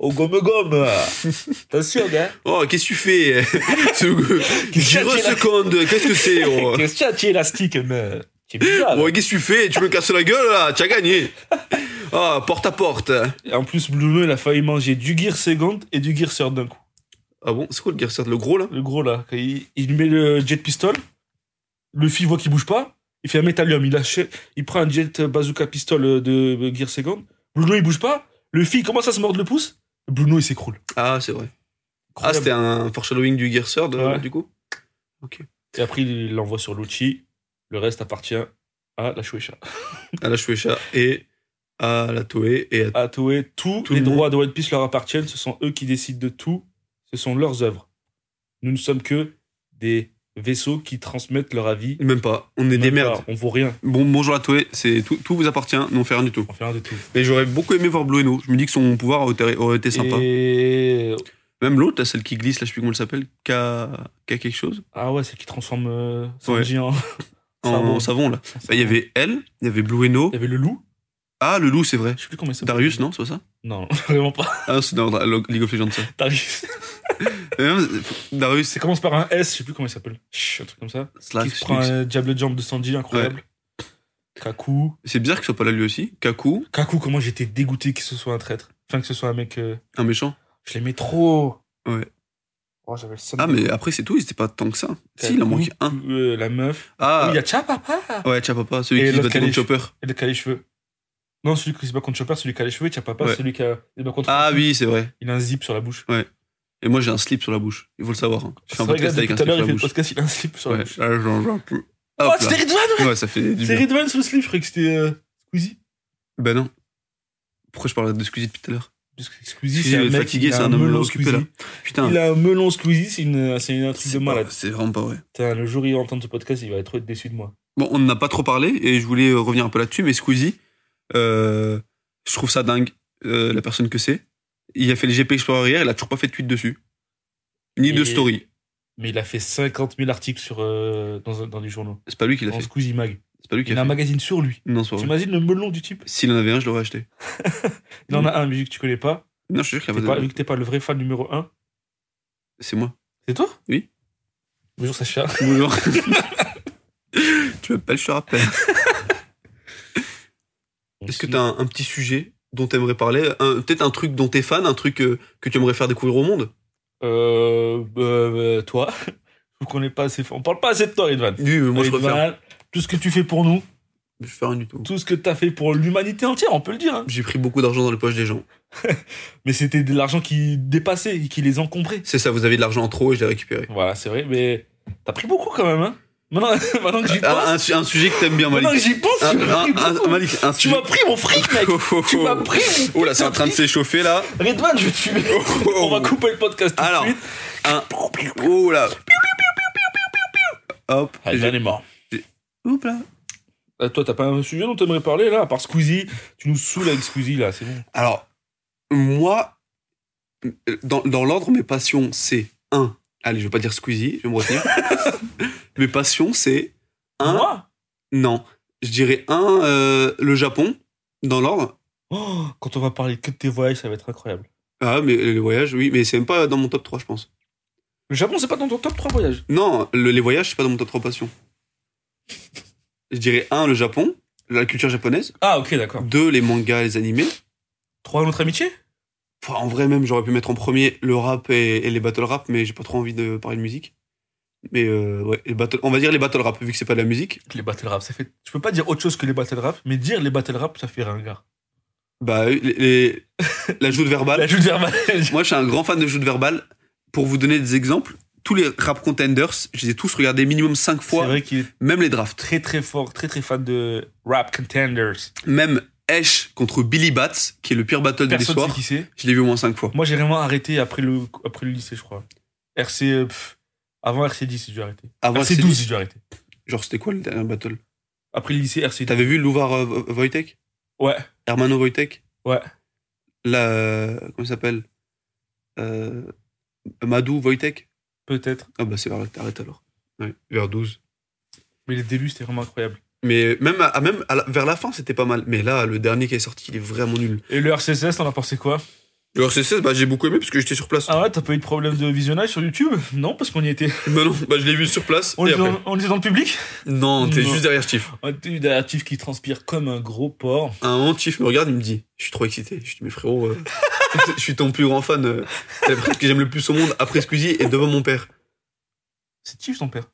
S3: Oh, gomme
S2: [LAUGHS]
S3: gomme hein. T'es sûr, gars
S2: Oh, qu'est-ce que tu fais [LAUGHS] Ce-
S3: Qu'est-ce qu'il y a,
S2: Giro
S3: tu l'as-
S2: seconde, qu'est-ce que c'est oh
S3: Christian, tu es élastique, mais tu es bizarre.
S2: Ouais, qu'est-ce que tu fais Tu me casses la gueule là Tu as
S3: [LAUGHS]
S2: gagné Ah, porte à porte Ah
S3: Et En plus, Blue Moon, il a failli manger du Gear Second et du Gear Third d'un coup.
S2: Ah bon C'est quoi le Gersard Le gros là
S3: Le gros, là, quand il, il lui met le jet pistol, le fille voit qu'il bouge pas, il fait un métallium, il achète, il prend un jet bazooka pistol de Gear Second, Blue Moon, il bouge pas, le fille commence à se mordre le pouce, Blue Moon, il s'écroule.
S2: Ah, c'est vrai. Ah, c'était un foreshadowing du Gersard
S3: Ouais.
S2: du coup
S3: Et après, il l'envoie sur l'Uchi, le reste appartient à la Shueisha.
S2: À la Shueisha et à la Toei et à.
S3: À Toei, tous
S2: Tout
S3: les
S2: le monde.
S3: droits de One Piece leur appartiennent, ce sont eux qui décident de tout, ce sont leurs œuvres. Nous ne sommes que des vaisseaux qui transmettent leur avis.
S2: Même pas. On est des
S3: Même pas,
S2: merdes.
S3: On vaut rien.
S2: Bon, bonjour à toi. C'est tout, tout vous appartient. Nous on fait rien du tout.
S3: On fait rien de tout.
S2: Et j'aurais beaucoup aimé voir Blue Eno. Je me dis que son pouvoir aurait été- aurait été sympa.
S3: Et...
S2: Même l'autre, là, celle qui glisse, là, je sais plus comment elle s'appelle, qui a qui a quelque chose
S3: Ah ouais, c'est qui transforme euh,
S2: Ouais.
S3: Sanji en...
S2: en
S3: Savon.
S2: savon, là. Bah, Il y avait elle, il y avait Blue Eno.
S3: Il y avait le loup.
S2: Ah, le loup, c'est vrai.
S3: Je sais plus comment il s'appelle.
S2: Darius, non, c'est pas ça
S3: Non, [LAUGHS] vraiment pas.
S2: Ah, c'est dans dans League of Legends, ça.
S3: Darius.
S2: Et même, Darius,
S3: Ça commence par un S, je sais plus comment il s'appelle. Chut, Un truc comme ça.
S2: c'est Slash,
S3: qui se prend un diable jump de Sanji, incroyable. Kaku.
S2: C'est bizarre qu'il soit pas là lui aussi. Kaku,
S3: Kaku, comment j'étais dégoûté que ce soit un traître. Enfin, que ce soit un mec. euh,
S2: un méchant.
S3: Je l'aimais trop.
S2: Ouais.
S3: Oh, j'avais le seum.
S2: Ah, mais après, c'est tout, il était pas tant que ça. Si, il en
S3: Kaku,
S2: manque un.
S3: euh, la meuf.
S2: Ah,
S3: Oui, il y a Tcha, papa.
S2: ouais, tiens, papa, celui
S3: Et
S2: qui se
S3: l'autre
S2: battait contre
S3: calife.
S2: Chopper.
S3: Et le qui a les cheveux. Non, celui qui se bat contre Chopper, celui qui a les cheveux, et Tcha, papa,
S2: Ouais.
S3: celui qui a. il se bat contre-
S2: Ah, oui, c'est vrai.
S3: Il a un zip sur la bouche.
S2: Et moi, j'ai un slip sur la bouche. Il faut le savoir. hein. Je fais
S3: C'est
S2: un
S3: vrai que là,
S2: podcast avec
S3: depuis
S2: un
S3: tout à
S2: slip sur
S3: l'heure, il
S2: la
S3: fait le
S2: bouche.
S3: podcast, il a un slip sur la
S2: Ouais,
S3: bouche.
S2: là, j'en j'en peux.
S3: Oh,
S2: Hop
S3: c'était Ridwan
S2: là. Ouais, ça fait du
S3: C'est
S2: bien.
S3: Ridwan sous le slip, je croyais que c'était euh, Squeezie.
S2: Ben non. Pourquoi je parle de Squeezie depuis tout à l'heure
S3: Parce que Squeezie,
S2: Squeezie,
S3: c'est
S2: il
S3: un
S2: est
S3: mec,
S2: fatigué,
S3: il a
S2: c'est un homme occupé, là.
S3: Squeezie.
S2: Putain.
S3: Il a un melon Squeezie, c'est une- c'est un truc
S2: C'est
S3: de
S2: pas-
S3: malade.
S2: c'est vraiment pas vrai.
S3: Putain, le jour où il entend ce podcast, il va être trop être déçu de moi.
S2: Bon, on n'a pas trop parlé et je voulais euh, revenir un peu là-dessus, mais Squeezie, euh, je trouve ça dingue, euh, la personne que c'est. Il a fait le GP Explorer hier, il a toujours pas fait de tweet dessus. Ni de
S3: Et-
S2: story.
S3: Mais il a fait 50 000 articles sur, euh, dans, dans les journaux.
S2: C'est pas lui qui l'a
S3: Dans
S2: fait.
S3: Squeezie Mag.
S2: C'est pas lui qui
S3: Il a
S2: l'a
S3: un
S2: fait. Ah
S3: magazine sur lui.
S2: Non, c'est pas vrai.
S3: T'imagines le melon du type
S2: S'il en avait un, je l'aurais acheté.
S3: Il en a un, mais vu que tu connais pas,
S2: Non, je te jure qu'il
S3: t'es
S2: y en
S3: pas-
S2: avait un.
S3: vu que t'es pas le vrai fan numéro 1,
S2: C'est moi.
S3: c'est toi
S2: Oui. [LAUGHS]
S3: Bonjour Sacha.
S2: Bonjour. [LAUGHS] tu m'appelles, je te rappelle. Est-ce que t'as un, un petit sujet dont t'aimerais parler Un- Peut-être un truc dont t'es fan, un truc euh, que tu aimerais faire découvrir au monde
S3: Euh. euh, toi [LAUGHS] Je trouve qu'on est pas assez. On parle pas assez de toi, Ridvan.
S2: Oui, mais moi je préfère.
S3: Ridvan, Tout ce que tu fais pour nous,
S2: Je fais rien du tout.
S3: tout ce que t'as fait pour l'humanité entière, on peut le dire. hein.
S2: J'ai pris beaucoup d'argent dans les poches des gens.
S3: Mais c'était de l'argent qui dépassait et qui les encombrait.
S2: C'est ça, vous avez de l'argent en trop et je l'ai récupéré.
S3: Voilà, c'est vrai, mais t'as pris beaucoup quand même. Hein maintenant, maintenant [LAUGHS] que j'y pense,
S2: Ah, Un, un su- un sujet que t'aimes bien,
S3: maintenant que
S2: Malik.
S3: j'y pense,
S2: Un,
S3: tu m'as pris
S2: un-
S3: beaucoup.
S2: un- Malik, un
S3: Tu
S2: sujet.
S3: m'as pris mon fric, mec.
S2: Oh, oh,
S3: Tu
S2: oh.
S3: m'as pris. mon-
S2: Oh là, c'est en train de s'échauffer là.
S3: Redouane, je vais te fumer.
S2: oh,
S3: [LAUGHS] On va
S2: oh.
S3: couper le podcast tout
S2: Alors,
S3: de suite.
S2: Un. Oh là. Hop.
S3: Redouane est mort.
S2: Hop là.
S3: Euh, toi, t'as pas un sujet dont t'aimerais parler là, à part Squeezie Tu nous saoules avec Squeezie là, c'est bon.
S2: Alors, moi, dans, dans l'ordre, mes passions, c'est 1. Allez, je vais pas dire Squeezie, je vais me retenir.
S3: [LAUGHS]
S2: mes passions, c'est 1.
S3: Moi
S2: Non, je dirais 1. le Japon, dans l'ordre.
S3: Oh, Quand on va parler que de tes voyages, ça va être incroyable.
S2: Ah, mais les voyages, oui, mais c'est même pas dans mon top 3, je pense.
S3: Le Japon, c'est pas dans ton top 3 voyages.
S2: Non, le- les voyages, c'est pas dans mon top 3 passions. Je dirais 1. Le Japon, la culture japonaise.
S3: Ah, ok, d'accord.
S2: 2. Les mangas, les animés.
S3: 3 notre amitié
S2: Enfin, en vrai, même, j'aurais pu mettre en premier le rap et, et les battle rap, mais j'ai pas trop envie de parler de musique. Mais euh, ouais, les battle, on va dire les battle rap, vu que c'est pas de la musique.
S3: Les battle rap, ça fait. Tu peux pas dire autre chose que les battle rap, mais dire les battle rap, ça fait ringard.
S2: Bah, les,
S3: [LAUGHS]
S2: les- la joute
S3: La
S2: verbale.
S3: joute [LAUGHS] verbale.
S2: Moi, je suis un grand fan de joute verbale. Pour vous donner des exemples, tous les rap contenders, je les ai tous regardés minimum 5
S3: C'est
S2: fois,
S3: vrai qu'il est
S2: même les drafts.
S3: très très fort, très très fan de rap contenders.
S2: Même Ash contre Billy Bats, qui est le pire battle de
S3: Personne sait
S2: l'histoire,
S3: qui c'est.
S2: je l'ai vu au moins 5 fois.
S3: Moi, j'ai vraiment arrêté après le, après le lycée, je crois. RC. euh, pff, avant RC10, j'ai dû arrêter.
S2: Avant, c'est
S3: RC12, j'ai dû arrêter.
S2: Genre, c'était quoi le dernier battle
S3: Après le lycée, RC12.
S2: T'avais vu Louvar euh, Vo- Wojtek
S3: Ouais.
S2: Hermano Wojtek
S3: Ouais.
S2: La. euh, Comment il s'appelle Euh, Madou Wojtek
S3: Peut-être.
S2: Ah bah c'est vers la t'arrêtes alors. Ouais, vers 12.
S3: Mais les débuts, c'était vraiment incroyable.
S2: Mais même, à, à- même à la- vers la fin, c'était pas mal. Mais là, le dernier qui est sorti, il est vraiment nul.
S3: Et le RCSS, t'en as pensé quoi
S2: Le RC16, bah j'ai beaucoup aimé parce que j'étais sur place.
S3: Ah ouais, t'as pas eu de problème de visionnage sur YouTube Non, parce qu'on y était.
S2: Bah non, bah je l'ai vu sur place.
S3: On
S2: et
S3: était,
S2: après.
S3: dans, on était dans le public
S2: Non, t'es
S3: Non.
S2: juste derrière Chief.
S3: On était eu derrière Tiff qui transpire comme un gros porc.
S2: Un moment, Chief me regarde, il me dit Je suis trop excité. Je dis Mais frérot, euh, [LAUGHS] je suis ton plus grand fan. euh, c'est la personne que j'aime le plus au monde après Squeezie et devant mon père.
S3: C'est Tiff ton père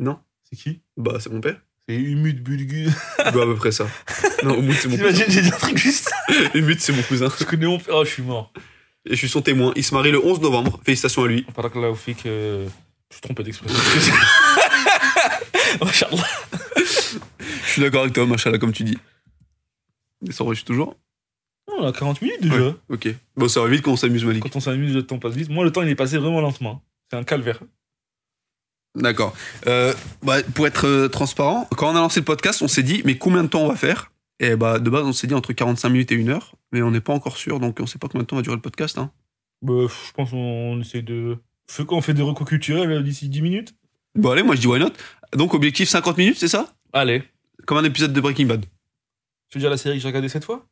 S2: Non.
S3: C'est qui
S2: Bah c'est mon père.
S3: C'est Humut [LAUGHS] Bulgu.
S2: Je vois à peu près ça. Non, Umut, c'est mon cousin.
S3: T'imagines, j'ai dit un truc juste.
S2: Umut, c'est mon cousin.
S3: Je connais mon père. Oh, je suis mort.
S2: Et je suis son témoin. Il se marie le 11 novembre. Félicitations à lui.
S3: Pendant que là, au fait que. Je suis trompé d'expression. [LAUGHS] Machallah.
S2: Je suis d'accord avec toi, machallah, comme tu dis. Mais ça je toujours.
S3: On a 40 minutes déjà.
S2: Ouais. Ok. Bon, ça va vite qu'on s'amuse, Malik.
S3: hein. Quand on s'amuse, le temps passe vite. Moi, le temps, il est passé vraiment lentement. C'est un calvaire.
S2: D'accord. Euh, bah, pour être euh, transparent, quand on a lancé le podcast, on s'est dit, mais combien de temps on va faire Et bah, de base, on s'est dit entre 45 minutes et 1 heure, mais on n'est pas encore sûr, donc on sait pas combien de temps va durer le podcast. Hein.
S3: Bah, pff, je pense qu'on essaie de. Fait quoi On fait des recours culturels euh, d'ici 10 minutes
S2: Bon, allez, moi je dis why not. Donc, objectif 50 minutes, c'est ça
S3: Allez.
S2: Comme un épisode de Breaking Bad.
S3: Tu veux dire la série que j'ai regardée cette fois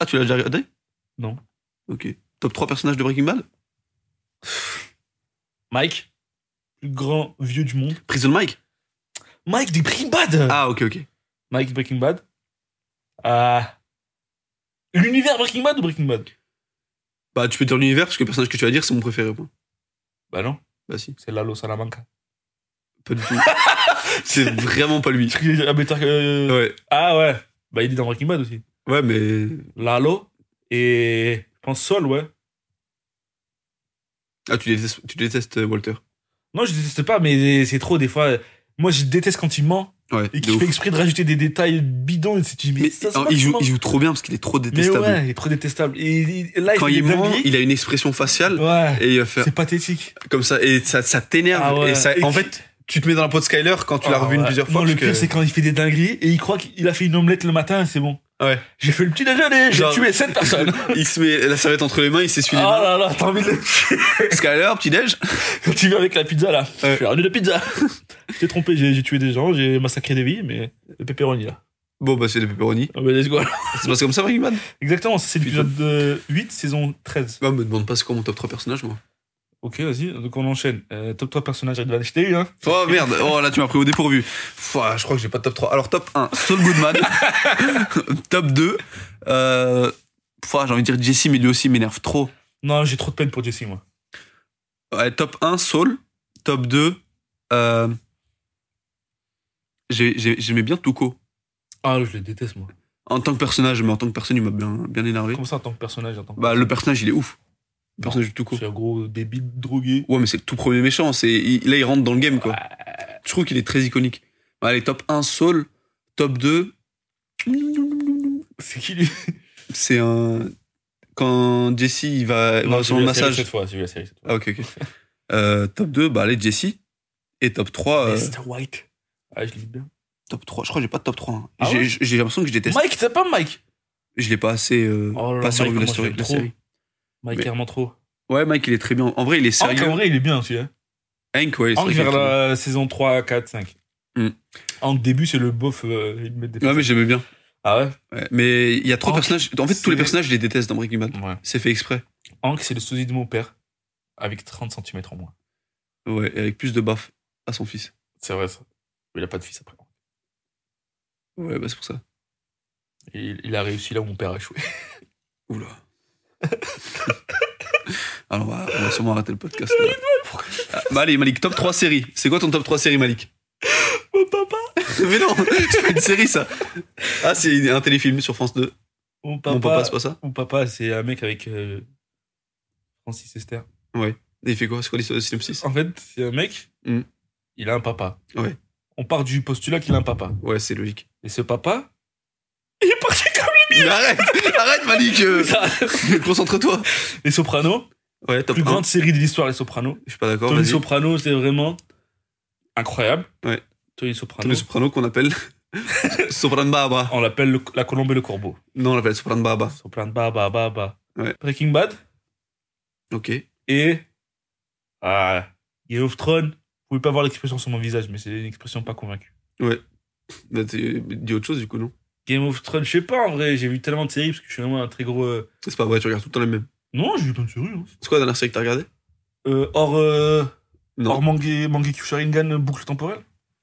S2: Ah, tu l'as déjà regardé
S3: Non.
S2: Ok. Top 3 personnages de Breaking Bad
S3: Mike Le grand vieux du monde.
S2: Prison Mike
S3: Mike des Breaking Bad
S2: Ah, ok, ok.
S3: Mike de Breaking Bad. Ah. L'univers Breaking Bad ou Breaking Bad
S2: Bah, tu peux dire l'univers, parce que le personnage que tu vas dire, c'est mon préféré. moi.
S3: Bah non,
S2: Bah, si.
S3: c'est Lalo Salamanca. [LAUGHS]
S2: Pas du tout. c'est vraiment pas lui.
S3: Ah, mais t'as- euh,
S2: Ouais.
S3: ah ouais, bah il est dans Breaking Bad aussi.
S2: Ouais, mais.
S3: Lalo et je pense Sol, ouais.
S2: Ah, tu détestes, tu détestes euh, Walter.
S3: Non, je déteste pas, mais c'est trop des fois. euh, Moi, je déteste quand il ment
S2: Ouais.
S3: et
S2: de
S3: qu'il
S2: ouf.
S3: fait exprès de rajouter des détails bidons. Et tu dis, mais,
S2: Mais
S3: ça, c'est
S2: alors,
S3: pas
S2: il, joue,
S3: comment.
S2: il joue trop bien parce qu'il est trop
S3: Mais
S2: détestable.
S3: ouais, il est trop détestable. Et, il- là,
S2: Quand
S3: fait
S2: il
S3: des
S2: ment,
S3: dingueries.
S2: il a une expression faciale
S3: Ouais,
S2: et il va faire
S3: c'est pathétique.
S2: comme ça et ça, ça t'énerve.
S3: Ah ouais.
S2: et ça-
S3: Et
S2: en
S3: qui-
S2: fait, tu te mets dans la peau de Skyler quand tu l'as
S3: Ah
S2: revu une
S3: ouais.
S2: plusieurs fois.
S3: Non, le
S2: parce
S3: pire,
S2: que-
S3: c'est quand il fait des dingueries et il croit qu'il a fait une omelette le matin, c'est bon.
S2: Ouais.
S3: J'ai fait le petit déjeuner, j'ai
S2: Genre-
S3: tué cette [LAUGHS] personne.
S2: il se met la serviette entre les mains, il
S3: Oh
S2: s'essuie les mains.
S3: là là, t'as envie de le [LAUGHS]
S2: Skyler, petit déj.
S3: Quand tu viens avec la pizza là,
S2: Ouais.
S3: je suis rendu de pizza. [LAUGHS] T'es trompé, j'ai j'ai tué des gens, j'ai massacré des vies, mais le pepperoni là.
S2: Bon, bah c'est des pepperoni.
S3: Ah bah, let's go.
S2: C'est pas comme ça, Breaking Bad.
S3: Exactement, c'est l'épisode de 8, saison 13.
S2: Bah, me demande pas c'est quoi mon top 3 personnages, moi.
S3: Ok, vas-y, donc on enchaîne. Euh, top 3 personnages, il va en acheter une, hein.
S2: Oh merde, oh là tu m'as pris au dépourvu. Pff, ah, je crois que j'ai pas de top 3. Alors top 1, Saul Goodman. top 2, euh, pff, ah, j'ai envie de dire Jesse, mais lui aussi m'énerve trop.
S3: Non, j'ai trop de peine pour Jesse, moi.
S2: Ouais, top 1, Saul. Top 2, euh, j'ai- j'ai- j'aimais bien Tuco.
S3: Ah, je le déteste, moi.
S2: En tant que personnage, mais en tant que personne, il m'a bien, bien énervé.
S3: Comment ça, en tant que personnage, en tant que.
S2: Bah, le personnage, il est ouf. Le personnage de Tuco.
S3: C'est un gros débile drogué.
S2: Ouais, mais c'est le tout premier méchant. C'est il- là, il rentre dans le game, quoi. Je trouve qu'il est très iconique. Bah, allez, top 1, Saul. Top 2,
S3: C'est qui lui
S2: c'est un. Quand Jesse il va, va
S3: Non,
S2: sur le
S3: j'ai vu la série
S2: massage.
S3: Cette fois, j'ai vu la série cette fois.
S2: Ah, ok, ok. Euh, top 2, bah, allez, Jesse. Et top 3. euh,
S3: Mr. White. Ah, je l'ai bien.
S2: top 3. Je crois que j'ai pas de top 3. hein.
S3: Ah
S2: J'ai-
S3: ouais
S2: j'ai j'ai l'impression que je déteste.
S3: Mike, c'est pas Mike
S2: Je l'ai pas assez. euh,
S3: Oh là là,
S2: pas assez
S3: Mike,
S2: revu la,
S3: comment
S2: story-
S3: je l'aime
S2: la
S3: trop.
S2: série.
S3: Mike,
S2: Mais-
S3: carrément trop.
S2: Ouais, Mike, il est très bien. En vrai, il est
S3: Hank,
S2: sérieux.
S3: en vrai, il est bien, celui-là.
S2: Hank, ouais, c'est
S3: Hank
S2: vrai qu'il est
S3: vers
S2: très bien.
S3: la saison 3, 4, 5.
S2: Hmm.
S3: Hank début, c'est le bof. euh, ils mettent des
S2: Ouais, mais j'aimais bien.
S3: Ah ouais
S2: Ouais, Mais il y a trop de
S3: Hank,
S2: personnages. En fait, tous les
S3: c'est-
S2: personnages, je les déteste dans Breaking Bad.
S3: Ouais.
S2: C'est fait exprès.
S3: Hank, c'est le sosie de mon père, avec 30 cm en moins.
S2: Ouais, et avec plus de baffes à son fils.
S3: C'est vrai ça. Mais Il a pas de fils après.
S2: Ouais, bah c'est pour ça.
S3: Et Il, il a réussi là où mon père a échoué. [LAUGHS]
S2: Oula. [LAUGHS] Alors, on va, on va sûrement arrêter le podcast. là. Ah, bah, allez, Malik, top 3 séries. C'est quoi ton top 3 séries, Malik
S3: Mon papa
S2: [LAUGHS] Mais non, c'est pas une série, ça. Ah, c'est un téléfilm sur France 2.
S3: Mon papa,
S2: Mon papa, c'est pas ça
S3: mon papa, c'est un mec avec euh, Francis Esther.
S2: Il fait quoi C'est quoi l'histoire de synopsis
S3: En fait, c'est un mec,
S2: Hmm.
S3: il a un papa.
S2: Ouais.
S3: On part du postulat qu'il a un papa.
S2: Ouais, c'est logique.
S3: Et ce papa, il est parti comme
S2: Mais arrête Arrête, Malik euh, [LAUGHS]
S3: ça.
S2: Concentre-toi
S3: [LAUGHS] Les Sopranos,
S2: Ouais, top
S3: plus
S2: 1.
S3: grande série de l'histoire, Les Sopranos.
S2: Je suis pas d'accord,
S3: Tony
S2: vas-y.
S3: Soprano, c'est vraiment incroyable.
S2: Ouais.
S3: Tony Soprano.
S2: Tony Soprano qu'on [LAUGHS] appelle Sopran Baba.
S3: On l'appelle le- la colombe et le corbeau.
S2: Non, on l'appelle Sopran Baba.
S3: Soprano, ba, ba, ba, ba.
S2: Ouais.
S3: Breaking Bad
S2: Ok.
S3: et ah, Game of Thrones. Vous pouvez pas voir l'expression sur mon visage, mais c'est une expression pas convaincue.
S2: Bah, tu- dis autre chose du coup, non
S3: Game of Thrones, je sais pas en vrai, j'ai vu tellement de séries parce que je suis vraiment un très gros. euh,
S2: C'est pas vrai, tu regardes tout le temps les mêmes.
S3: Non, j'ai vu plein de séries. hein.
S2: C'est quoi la dernière série que t'as regardée
S3: Euh, hors euh,
S2: Non.
S3: hors Mangue- Mangekyo Sharingan euh, boucle temporelle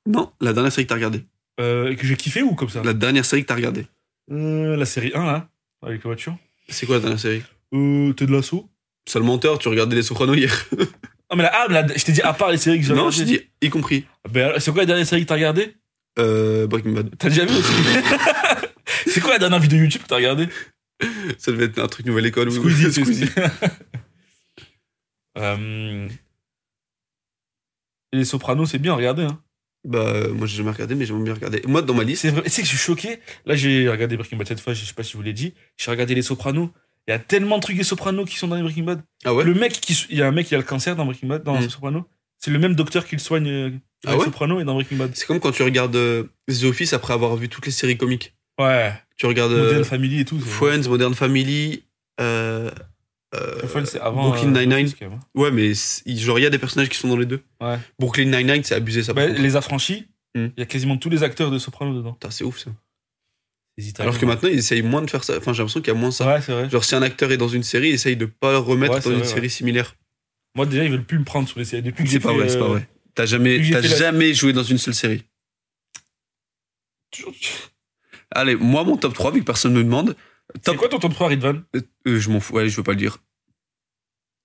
S2: Non, la dernière série que t'as regardée.
S3: euh, et que j'ai kiffé ou comme ça
S2: La dernière série que t'as regardée.
S3: Euh, La série 1 là, avec la voiture.
S2: C'est quoi la dernière série
S3: Euh, T'es de l'assaut
S2: C'est le menteur, tu regardais Les Sopranos hier.
S3: Ah, mais là, ah, mais là, je t'ai dit à part les séries que j'ai
S2: non,
S3: regardées.
S2: je dis, y compris
S3: Ben, alors, c'est quoi la dernière série que t'as regardée
S2: euh, Breaking Bad.
S3: T'as déjà vu aussi [LAUGHS] C'est quoi la dernière vidéo YouTube que t'as regardée
S2: Ça devait être un truc Nouvelle École ou [LAUGHS]
S3: Squeezie, Squeezie. Euh, Les Sopranos, c'est bien, regardez. Hein.
S2: Bah, euh, moi j'ai jamais regardé, mais j'aime bien regarder. Moi, dans ma liste,
S3: C'est vrai, c'est que je suis choqué. Là, j'ai regardé Breaking Bad cette fois, je sais pas si je vous l'ai dit. J'ai regardé Les Sopranos. Il y a tellement de trucs des Sopranos qui sont dans les Breaking Bad.
S2: ah ouais,
S3: Le mec qui, il y a un mec qui a le cancer dans Breaking Bad, dans
S2: Mm.
S3: Les Sopranos. C'est le même docteur qui le soigne euh,
S2: Ah
S3: avec
S2: ouais
S3: Soprano et dans Breaking Bad.
S2: C'est comme quand tu regardes euh, The Office après avoir vu toutes les séries comiques.
S3: Ouais.
S2: Tu regardes euh,
S3: Modern Family et tout. c'est-
S2: Friends, Modern Family. euh, euh,
S3: Friends, c'est avant.
S2: Brooklyn
S3: euh,
S2: Nine-Nine.
S3: Office, quand même.
S2: ouais, mais c'est- il- genre, il y a des personnages qui sont dans les deux.
S3: Ouais.
S2: Brooklyn Nine-Nine, c'est abusé ça. par
S3: Bah,
S2: contre.
S3: les affranchis, il
S2: Hmm.
S3: y a quasiment tous les acteurs de Soprano dedans.
S2: Putain, c'est ouf ça.
S3: Les Italiens.
S2: Alors que maintenant, ils essayent moins de faire ça. Enfin, j'ai l'impression qu'il y a moins ça.
S3: Ouais, c'est vrai.
S2: Genre, si un acteur est dans une série, essaye de pas le remettre
S3: Ouais, c'est
S2: dans une
S3: vrai,
S2: série similaire.
S3: Moi, déjà, ils veulent plus me prendre sur les séries. Depuis que j'ai
S2: C'est pas
S3: fait,
S2: vrai, c'est
S3: euh,
S2: pas vrai. T'as jamais,
S3: Puis j'ai
S2: t'as
S3: fait la-
S2: jamais joué dans une seule série.
S3: tu-
S2: Allez, moi, mon top 3, vu que personne me demande.
S3: C'est
S2: Top.
S3: quoi ton top 3, Ridvan
S2: Euh, je m'en fous, ouais, je veux pas le dire.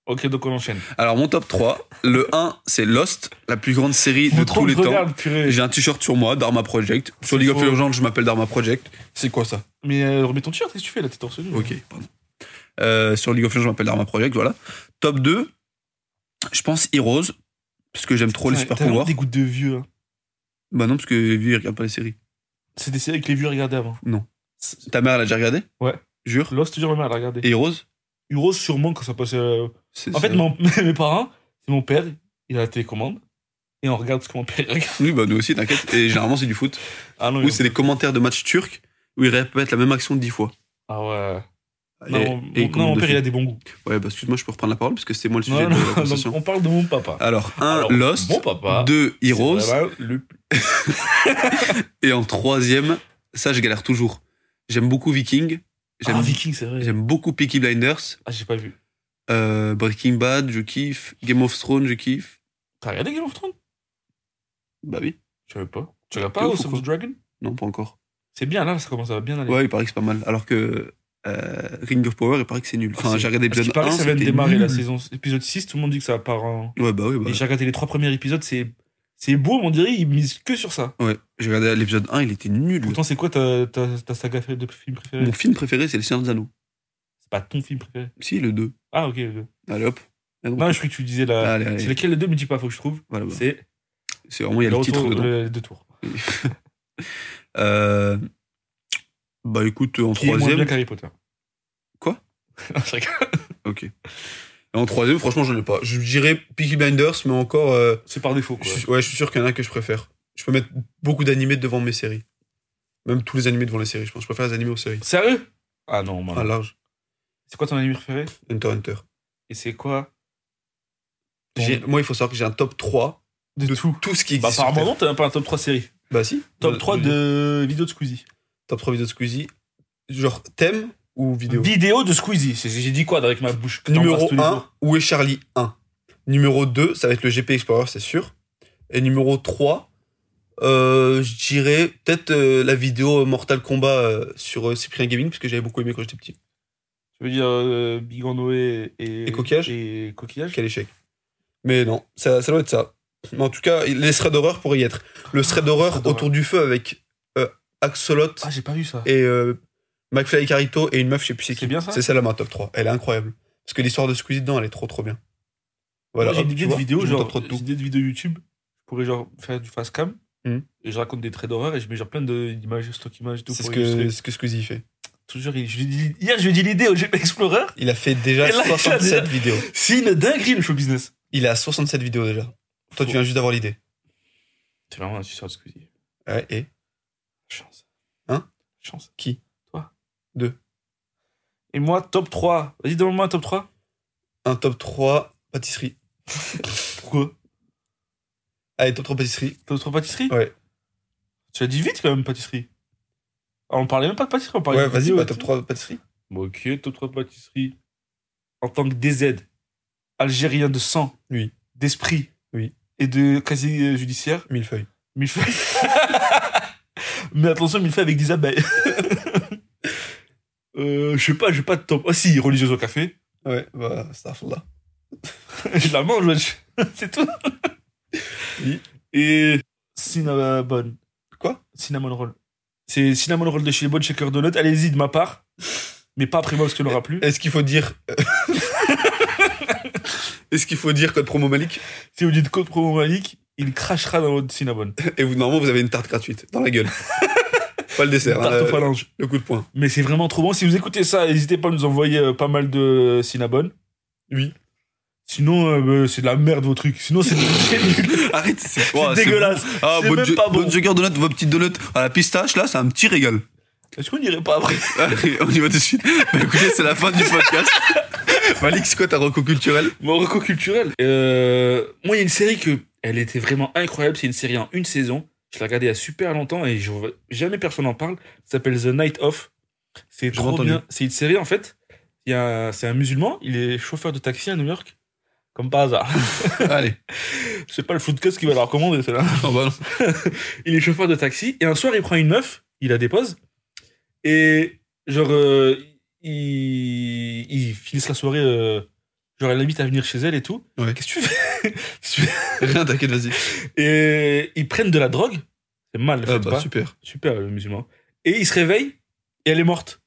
S3: Ok, donc on enchaîne.
S2: Alors, mon top 3, le 1, c'est Lost, la plus grande série de
S3: Faut trop
S2: tous
S3: que
S2: les
S3: je
S2: temps.
S3: regarde, purée.
S2: J'ai un t-shirt sur moi, Dharma Project. Sur League of
S3: faux.
S2: Legends, je m'appelle Dharma Project. C'est quoi ça
S3: Mais euh, remets ton t-shirt, qu'est-ce que tu fais là T'es torse nu. là.
S2: Ok, pardon. Euh, sur League of Legends, je m'appelle Dharma Project, voilà. Top 2, je pense Heroes, parce que j'aime trop les
S3: Putain,
S2: super
S3: t'as vraiment
S2: pouvoirs.
S3: des gouttes de vieux. hein.
S2: Bah non, parce que les vieux, ils regardent pas les séries.
S3: C'est des séries que les vieux regardaient avant.
S2: Ta mère, elle a déjà regardé
S3: Ouais.
S2: Jure
S3: Lost, toujours ma mère l'a regardé.
S2: Et Heroes
S3: Euros, sûrement, quand ça passait. euh,
S2: C'est-
S3: En fait,
S2: c'est-
S3: mon- [LAUGHS] mes parents, c'est mon père, il a la télécommande. Et on regarde ce que mon père regarde.
S2: Oui, bah nous aussi, t'inquiète. Et généralement, c'est du foot.
S3: Ah non,
S2: Ou
S3: il-
S2: c'est des commentaires de matchs turcs où ils répètent la même action dix fois.
S3: Ah ouais.
S2: Et-
S3: Non,
S2: et
S3: mon-
S2: ils
S3: mon- non,
S2: commentent
S3: mon
S2: de
S3: père, il a
S2: foot.
S3: des bons goûts.
S2: Ouais, bah excuse-moi, je peux reprendre la parole parce que c'était moi le sujet
S3: Non,
S2: de
S3: non,
S2: la
S3: donc
S2: conversation.
S3: on parle de mon papa.
S2: Alors, un,
S3: Alors,
S2: Ah, Lost.
S3: Mon papa.
S2: deux,
S3: c'est bah,
S2: Heroes.
S3: vraiment le-
S2: Et en troisième, ça, je galère toujours. J'aime beaucoup Viking. J'aime
S3: Ah, Viking, c'est vrai.
S2: j'aime beaucoup Peaky Blinders.
S3: Ah, j'ai pas vu.
S2: Euh, Breaking Bad, je kiffe. Game of Thrones, je kiffe.
S3: T'as regardé Game of Thrones
S2: Bah oui.
S3: Je savais pas. Tu regardes
S2: T'es
S3: pas
S2: ouf
S3: House
S2: ou
S3: of
S2: quoi
S3: the Dragon
S2: Non, pas encore.
S3: C'est bien, là, ça commence à bien aller.
S2: Ouais, il paraît que c'est pas mal. Alors que euh, Ring of Power, il paraît que c'est nul.
S3: Ah,
S2: Enfin,
S3: c'est-
S2: j'ai regardé
S3: Parce qu'il
S2: l'épisode 1.
S3: paraît que ça vient de
S2: c'était
S3: démarrer la
S2: nul.
S3: saison. Épisode 6, tout le monde dit que ça part en.
S2: Ouais, bah oui. Bah,
S3: Et j'ai regardé les trois premiers épisodes, c'est. C'est beau, mais on dirait, ils misent que sur ça.
S2: ouais. J'ai regardé l'épisode 1, il était nul.
S3: Pourtant, c'est quoi ta, ta, ta saga préférée- de film préférée
S2: Mon film préféré, c'est Le Seigneur des Anneaux.
S3: C'est pas ton film préféré.
S2: Si, le 2.
S3: Ah, ok, le deux.
S2: Allez hop. Allez,
S3: Non, je crois que tu disais la.
S2: allez, allez.
S3: C'est lequel les deux me dis pas, faut que je trouve.
S2: Voilà, bah.
S3: C'est
S2: C'est vraiment, il y a le, titre
S3: retour,
S2: dedans.
S3: le- les deux tours.
S2: Euh, bah écoute, en
S3: Qui est moins bien
S2: troisième.
S3: qu'Harry Potter.
S2: Quoi
S3: Non, [LAUGHS] je rigole.
S2: Ok. En troisième, franchement, j'en ai pas. Je dirais Peaky Blinders, mais encore. euh,
S3: C'est par défaut, quoi.
S2: je suis- ouais, je suis sûr qu'il y en a un que je préfère. Je peux mettre beaucoup d'animés devant mes séries. Même tous les animés devant les séries, je pense. Je préfère les animés aux séries.
S3: Sérieux Ah non, malin.
S2: Ah, large.
S3: C'est quoi ton anime préféré
S2: Hunter x Hunter.
S3: Et c'est quoi ton-
S2: J'ai- Moi, il faut savoir que j'ai un top 3
S3: de, tout.
S2: tout ce qui
S3: Bah,
S2: existe. sur
S3: par
S2: Terre.
S3: moment, t'as pas un top 3 série.
S2: Bah, si.
S3: Top
S2: Euh,
S3: 3 de vidéos de Squeezie.
S2: Top 3 vidéos de Squeezie. Genre thème ou vidéo
S3: Vidéo de Squeezie. C'est- J'ai dit quoi avec ma bouche que t'embrasses
S2: Numéro
S3: tous les
S2: 1,
S3: jours
S2: où est Charlie 1. Numéro 2, ça va être le GP Explorer, c'est sûr. Et numéro 3, euh, je dirais peut-être euh, la vidéo Mortal Kombat euh, sur euh, Cyprien Gaming, parce que j'avais beaucoup aimé quand j'étais petit.
S3: Tu veux dire euh, Big Ando et, et.
S2: Et Coquillage
S3: Et coquillage
S2: Quel échec. Mais non, ça, ça doit être ça. Mais en tout cas, les threads d'horreur pourraient y être. Le
S3: Ah,
S2: thread d'horreur
S3: Thread
S2: autour du feu avec euh, Axolot
S3: Ah, j'ai pas vu ça.
S2: et euh, McFly et Carito et une meuf, je sais plus c'est
S3: C'est
S2: qui.
S3: bien ça
S2: C'est celle-là ma top 3. Elle est incroyable. Parce que l'histoire de Squeezie dedans, elle est trop trop bien. Voilà.
S3: Moi,
S2: hop, tu
S3: j'ai des idées
S2: vois,
S3: de vidéos,
S2: je me
S3: genre,
S2: tape trop de tout.
S3: j'ai des vidéos YouTube. Je pourrais, genre, faire du fast cam.
S2: Mhm.
S3: Et je raconte des traits d'horreur et je mets, genre, plein de- d'images, stock images, et tout.
S2: C'est ce
S3: pour
S2: que,
S3: illustrer.
S2: ce que Squeezie fait.
S3: Toujours, il- je lui dis- hier, je lui ai dit l'idée au GP Explorer.
S2: Il a fait déjà
S3: Et là, il a
S2: 67
S3: déjà-
S2: vidéos.
S3: C'est une dinguerie, le show business.
S2: Il a 67 vidéos déjà. Toi, tu viens juste d'avoir l'idée.
S3: T'es vraiment un suceur de Squeezie.
S2: Ouais, et
S3: Chance.
S2: Hein
S3: Chance.
S2: Qui
S3: Toi.
S2: Deux.
S3: Et moi, top 3. Vas-y, demande-moi un top 3.
S2: un top 3 pâtisserie.
S3: Pourquoi
S2: Allez, top 3 pâtisserie.
S3: Top 3 pâtisserie
S2: Ouais.
S3: Tu as dit vite, quand même, pâtisserie. Ah, on parlait même pas de pâtisserie, on parlait
S2: Ouais,
S3: de
S2: vas-y,
S3: vidéo
S2: bah,
S3: et
S2: top
S3: tout.
S2: 3 pâtisserie.
S3: Bon, ok, top 3 pâtisserie. En tant que DZ, algérien de sang,
S2: Oui.
S3: d'esprit
S2: Oui.
S3: et de casier judiciaire,
S2: Millefeuille.
S3: millefeuille. [LAUGHS] Mais attention, millefeuille avec des abeilles. [LAUGHS] euh, je sais pas, j'ai pas de top. Ah si, religieuse au café. [LAUGHS]
S2: Ouais, bah, Starfallah.
S3: je la mange, ouais, je- [LAUGHS] c'est tout.
S2: Oui.
S3: Et cinnamon.
S2: Quoi
S3: Cinnamon roll. C'est cinnamon roll de chez Bonne Shaker Donut. Allez-y de ma part. Mais pas après moi parce que n'aura plus.
S2: Est-ce qu'il faut dire. [LAUGHS] Est-ce qu'il faut dire code promo Malik
S3: Si vous dites code promo Malik, il crachera dans votre cinnamon.
S2: Et vous, normalement, vous avez une tarte gratuite dans la [LAUGHS] gueule. pas le dessert, hein,
S3: Tarte aux
S2: le,
S3: phalanges.
S2: le coup de poing.
S3: Mais c'est vraiment trop bon. Si vous écoutez ça, n'hésitez pas à nous envoyer euh, pas mal de cinnamon.
S2: Oui.
S3: Sinon, euh, bah, c'est de la merde vos trucs.
S2: [LAUGHS]
S3: Sinon, c'est c'est nul.
S2: Arrête, c'est [LAUGHS]
S3: C'est dégueulasse.
S2: Ah,
S3: C'est
S2: bon
S3: même pas bon.
S2: Jugger Donut, vos petites donuts à la pistache, là, c'est un petit régal.
S3: Est-ce qu'on irait pas après
S2: Allez, on y va tout de suite. Bah, écoutez, c'est la fin du [LAUGHS] podcast. Malik, c'est quoi ta reco culturelle
S3: Morocco culturel. Euh, moi, il y a une série que elle était vraiment incroyable. C'est une série en une saison. Je l'ai regardée il y a super longtemps et je vois- jamais personne n'en parle. Ça s'appelle The Night Off. C'est
S2: J'ai
S3: trop
S2: entendu.
S3: bien. C'est une série en fait. Il y a, c'est un musulman. Il est chauffeur de taxi à New York. Comme par hasard. [LAUGHS]
S2: Allez.
S3: C'est pas le foodcast qui va leur commander, celle-là.
S2: Oh, bah non.
S3: il est chauffeur de taxi et un soir il prend une meuf, il la dépose et genre euh, ils, ils finissent la soirée euh, genre elle l'invite à venir chez elle et tout. [LAUGHS]
S2: Ouais.
S3: Qu'est-ce que tu fais Qu'est-ce que tu fais
S2: Rien, t'inquiète, vas-y.
S3: Et ils prennent de la drogue, c'est mal,
S2: Ah,
S3: faites
S2: bah,
S3: pas.
S2: super.
S3: super le musulman. Et il se réveille et elle est morte.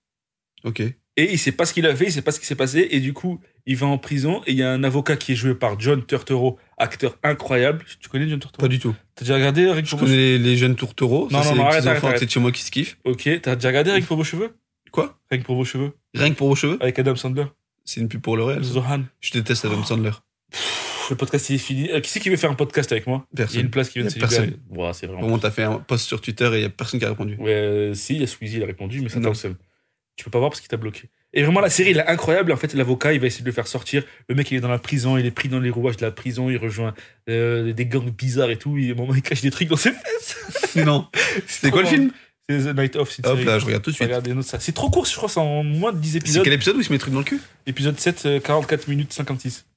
S2: Ok.
S3: Et il sait pas ce qu'il a fait, il sait pas ce qui s'est passé. Et du coup, il va en prison. Et il y a un avocat qui est joué par John Turturro, acteur incroyable. Tu connais John Turturro
S2: Pas du tout.
S3: T'as déjà regardé Rick
S2: Je connais les, les jeunes tourtereaux.
S3: Non,
S2: ça,
S3: non,
S2: c'est
S3: non,
S2: les
S3: arrête,
S2: petits
S3: arrête,
S2: enfants à
S3: arrête.
S2: côté de chez moi qui se kiffent.
S3: Ok, t'as déjà regardé Rick pour vos cheveux
S2: Quoi
S3: Rien que pour vos cheveux.
S2: Rien que pour vos cheveux
S3: Avec Adam Sandler.
S2: C'est une pub pour le réel. ça. Oh.
S3: Zohan.
S2: Je déteste Adam Sandler.
S3: Pff, le podcast il est fini. Euh, qui c'est qui veut faire un podcast avec moi Il y a
S2: Personne.
S3: une place qui vient de
S2: Y a
S3: se
S2: personne.
S3: libérer. Ouah, c'est vraiment.
S2: Vraiment, t'as fait un post sur Twitter et il a personne qui a répondu.
S3: Ouais, euh, si, il y a Squeezie, il a répondu, mais ça
S2: Non.
S3: t'en seul. Tu peux pas voir parce qu'il t'a bloqué. Et vraiment, la série, elle est incroyable. En fait, l'avocat, il va essayer de le faire sortir. Le mec, il est dans la prison, il est pris dans les rouages de la prison, il rejoint euh, des gangs bizarres et tout. Il, à un moment, il cache des trucs dans ses
S2: [LAUGHS]
S3: fesses.
S2: non. C'était quoi le film
S3: C'est The Night Off. c'est une
S2: Hop
S3: série.
S2: là, je regarde tout de suite.
S3: Regardez, une autre, ça. C'est trop court, je crois, c'est en moins de 10
S2: C'est
S3: épisodes.
S2: quel épisode où il se met le truc dans le cul
S3: Épisode 7, euh, 44 minutes 56.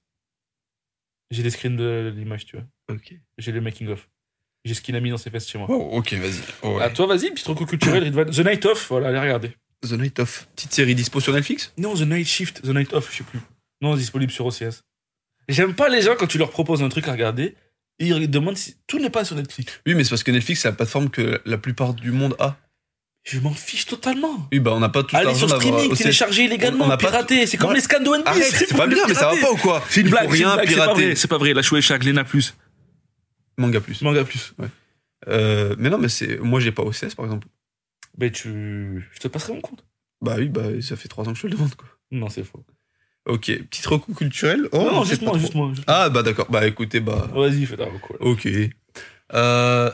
S3: J'ai les screens de l'image, tu vois.
S2: Ok.
S3: J'ai le making of. J'ai ce qu'il a mis dans ses fesses chez moi.
S2: Wow, Oh, ok, vas-y. Ouais.
S3: À toi, vas-y, petit truc culturel, Ridvan. The Night Off, voilà, allez regarder.
S2: The Night of. Petite série dispo sur Netflix
S3: Non, The Night Shift, The Night Off, je sais plus. Non, disponible sur OCS. J'aime pas les gens quand tu leur proposes un truc à regarder, et ils demandent si tout n'est pas sur Netflix.
S2: Oui, mais c'est parce que Netflix, c'est la plateforme que la plupart du monde a.
S3: Je m'en fiche totalement.
S2: Oui, bah on n'a pas tout
S3: Allez
S2: l'argent
S3: sur
S2: d'avoir euh,
S3: streaming,
S2: OCS.
S3: télécharger
S2: On- on
S3: illégalement,
S2: a pas
S3: pirater. C'est comme
S2: Ouais.
S3: les scans de One Piece.
S2: Arrête, c'est pas
S3: pour les
S2: bien, mais ça va
S3: pirater.
S2: pas ou quoi
S3: C'est une
S2: Il faut
S3: blague, c'est une
S2: rien
S3: blague, c'est pas
S2: pirater.
S3: vrai, C'est pas vrai, la Chouécha, Gléna Plus.
S2: Manga plus.
S3: Manga Plus.
S2: Euh, mais non, mais c'est. Moi, j'ai pas OCS par exemple.
S3: Ben tu. Je te passerai mon compte.
S2: Bah oui, bah ça fait trois ans que je te le demande quoi.
S3: Non, c'est faux.
S2: Ok, petite recours culturelle. Oh,
S3: non,
S2: je sais
S3: juste
S2: pas
S3: moi,
S2: trop.
S3: juste moi. juste
S2: Ah bah d'accord, bah écoutez, bah.
S3: moi. Vas-y, fais ta reco. là.
S2: Ok. Euh,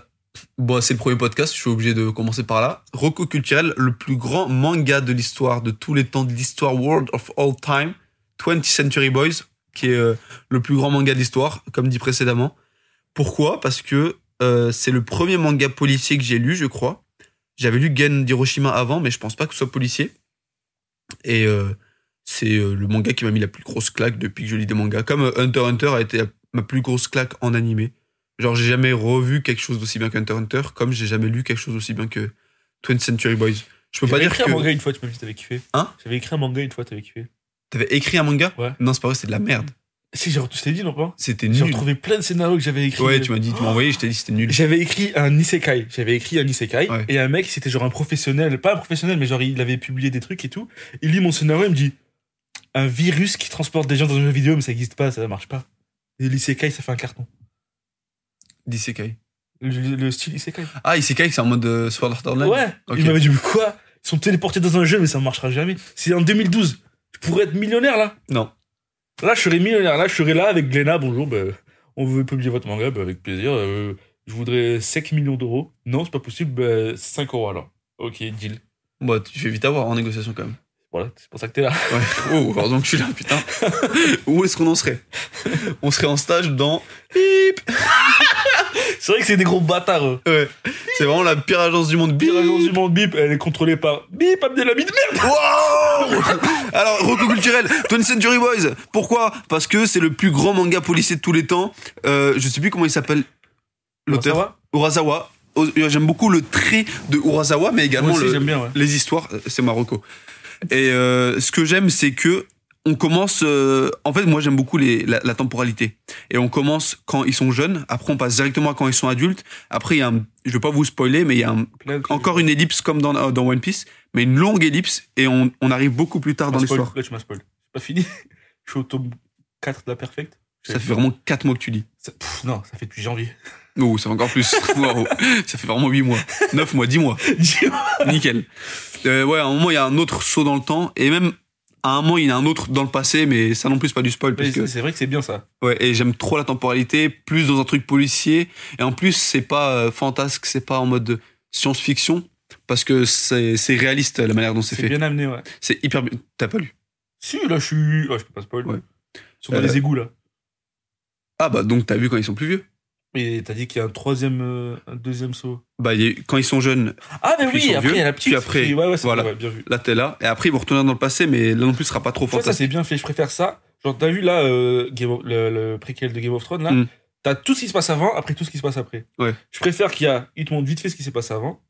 S2: bon, c'est le premier podcast, je suis obligé de commencer par là. Rocco culturel, le plus grand manga de l'histoire, de tous les temps, de l'histoire world of all time, 20th Century Boys, qui est euh, le plus grand manga de l'histoire, comme dit précédemment. Pourquoi Parce que euh, c'est le premier manga policier que j'ai lu, je crois. J'avais lu Gen d'Hiroshima avant, mais je pense pas que ce soit policier. Et euh, c'est euh, le manga qui m'a mis la plus grosse claque depuis que je lis des mangas. Comme euh, Hunter x Hunter a été la- ma plus grosse claque en animé. Genre, j'ai jamais revu quelque chose d'aussi bien qu'Hunter x Hunter, comme j'ai jamais lu quelque chose d'aussi bien que 20th Century Boys. Je peux pas
S3: J'avais
S2: dire
S3: écrit
S2: que.
S3: un manga une fois, tu m'as dit que t'avais kiffé.
S2: Hein
S3: J'avais écrit un manga une fois, t'avais kiffé.
S2: T'avais écrit un manga
S3: Ouais.
S2: Non, c'est pas vrai, c'est de la merde.
S3: Si, j'ai je t'ai dit, non pas
S2: C'était
S3: J'ai
S2: nul.
S3: retrouvé plein de scénarios que j'avais écrit.
S2: Ouais, tu m'as dit, tu m'as envoyé, je t'ai dit, c'était nul.
S3: J'avais écrit un isekai. J'avais écrit un isekai.
S2: Ouais.
S3: Et un mec, c'était genre un professionnel, pas un professionnel, mais genre il avait publié des trucs et tout. Il lit mon scénario, il me dit un virus qui transporte des gens dans un jeu vidéo, mais ça existe pas, ça marche pas. Et l'isekai, ça fait un carton.
S2: D'isekai.
S3: Le, le style isekai.
S2: Ah, Isekai, c'est en mode euh, Sword Art Online
S3: Ouais.
S2: Ok.
S3: Il m'avait dit, mais quoi Ils sont téléportés dans un jeu, mais ça marchera jamais. C'est en 2012. Je pourrais être millionnaire là.
S2: Non.
S3: Là, je serais millionnaire. Là, je serais là avec Glénat. Bonjour, ben, on veut publier votre manga, ben, avec plaisir. Euh, je voudrais 5 millions d'euros. Non, c'est pas possible. ben, 5 euros alors. Ok, deal.
S2: Bah, tu fais vite avoir en négociation quand même.
S3: Voilà, c'est pour ça que t'es là. [LAUGHS]
S2: Ouais. Oh, heureusement que je suis là, putain. [LAUGHS] Où est-ce qu'on en serait On serait en stage dans. Bip
S3: [LAUGHS] C'est vrai que c'est des gros bâtards. eux.
S2: Ouais. C'est vraiment la pire agence du monde. Bip
S3: Pire agence du monde, bip, elle est contrôlée par bip Abdelhamid. Merde
S2: Wow Alors, recours culturel, 20th Century Boys. Pourquoi Parce que c'est le plus grand manga policier de tous les temps. Euh, je sais plus comment il s'appelle.
S3: Ça
S2: L'auteur.
S3: va
S2: Urasawa. Oh, J'aime beaucoup le trait de Urasawa, mais
S3: Moi
S2: également
S3: aussi,
S2: le,
S3: j'aime bien, ouais.
S2: les histoires, euh, c'est Marocco. Et euh, ce que j'aime, c'est que on commence. euh, en fait, moi, j'aime beaucoup les, la, la temporalité. Et on commence quand ils sont jeunes. Après, on passe directement à quand ils sont adultes. Après, il y a un, je veux pas vous spoiler, mais il y a un-
S3: Plein de trucs.
S2: encore une ellipse comme dans, euh, dans One Piece, mais une longue ellipse. Et on, on arrive beaucoup plus tard
S3: Tu
S2: dans
S3: m'as spoil.
S2: l'histoire.
S3: Là, tu m'as spoil. C'est pas fini. [LAUGHS] je suis au tome 4 de la perfecte.
S2: Ça fait vraiment 4 mois que tu lis.
S3: Ça- pff, non, ça fait depuis janvier. [LAUGHS]
S2: Oh, ça fait encore plus. Waouh. Ça fait vraiment 8 mois. 9 mois, 10 mois. Nickel. Euh, ouais, à un moment, il y a un autre saut dans le temps. Et même à un moment, il y en a un autre dans le passé, mais ça non plus, c'est pas du spoil.
S3: Mais
S2: Parce que,
S3: c'est- C'est vrai que c'est bien ça.
S2: ouais, et j'aime trop la temporalité, plus dans un truc policier. Et en plus, c'est pas euh, fantasque, c'est pas en mode science-fiction, parce que c'est c'est réaliste la manière dont c'est
S3: C'est
S2: fait.
S3: bien amené, ouais.
S2: C'est hyper bien. T'as pas lu
S3: Si, là, je suis. Ah, je peux pas spoiler.
S2: Ouais.
S3: Ils sont dans
S2: Euh,
S3: les égouts, là.
S2: Ah, bah donc t'as vu quand ils sont plus vieux
S3: Mais t'as dit qu'il y a un troisième, euh, un deuxième saut.
S2: Bah, il y a eu- quand ils sont jeunes,
S3: Ah, mais
S2: Puis ils
S3: oui,
S2: sont
S3: après, il y a
S2: vieux,
S3: la petite.
S2: puis après,
S3: qui- ouais, ouais, c'est
S2: voilà.
S3: vrai, ouais, bien vu.
S2: là t'es là, et après ils vont retourner dans le passé, mais là non plus, ce sera pas trop
S3: Ça, ça
S2: fantastique.
S3: c'est bien fait. Je préfère ça. Genre, t'as vu là euh, Game of- le, le préquel de Game of Thrones là.
S2: Mm.
S3: T'as tout ce qui se passe avant, après tout ce qui se passe après.
S2: Ouais.
S3: Je préfère qu'il y a, ils te montrent vite fait ce qui s'est passé avant,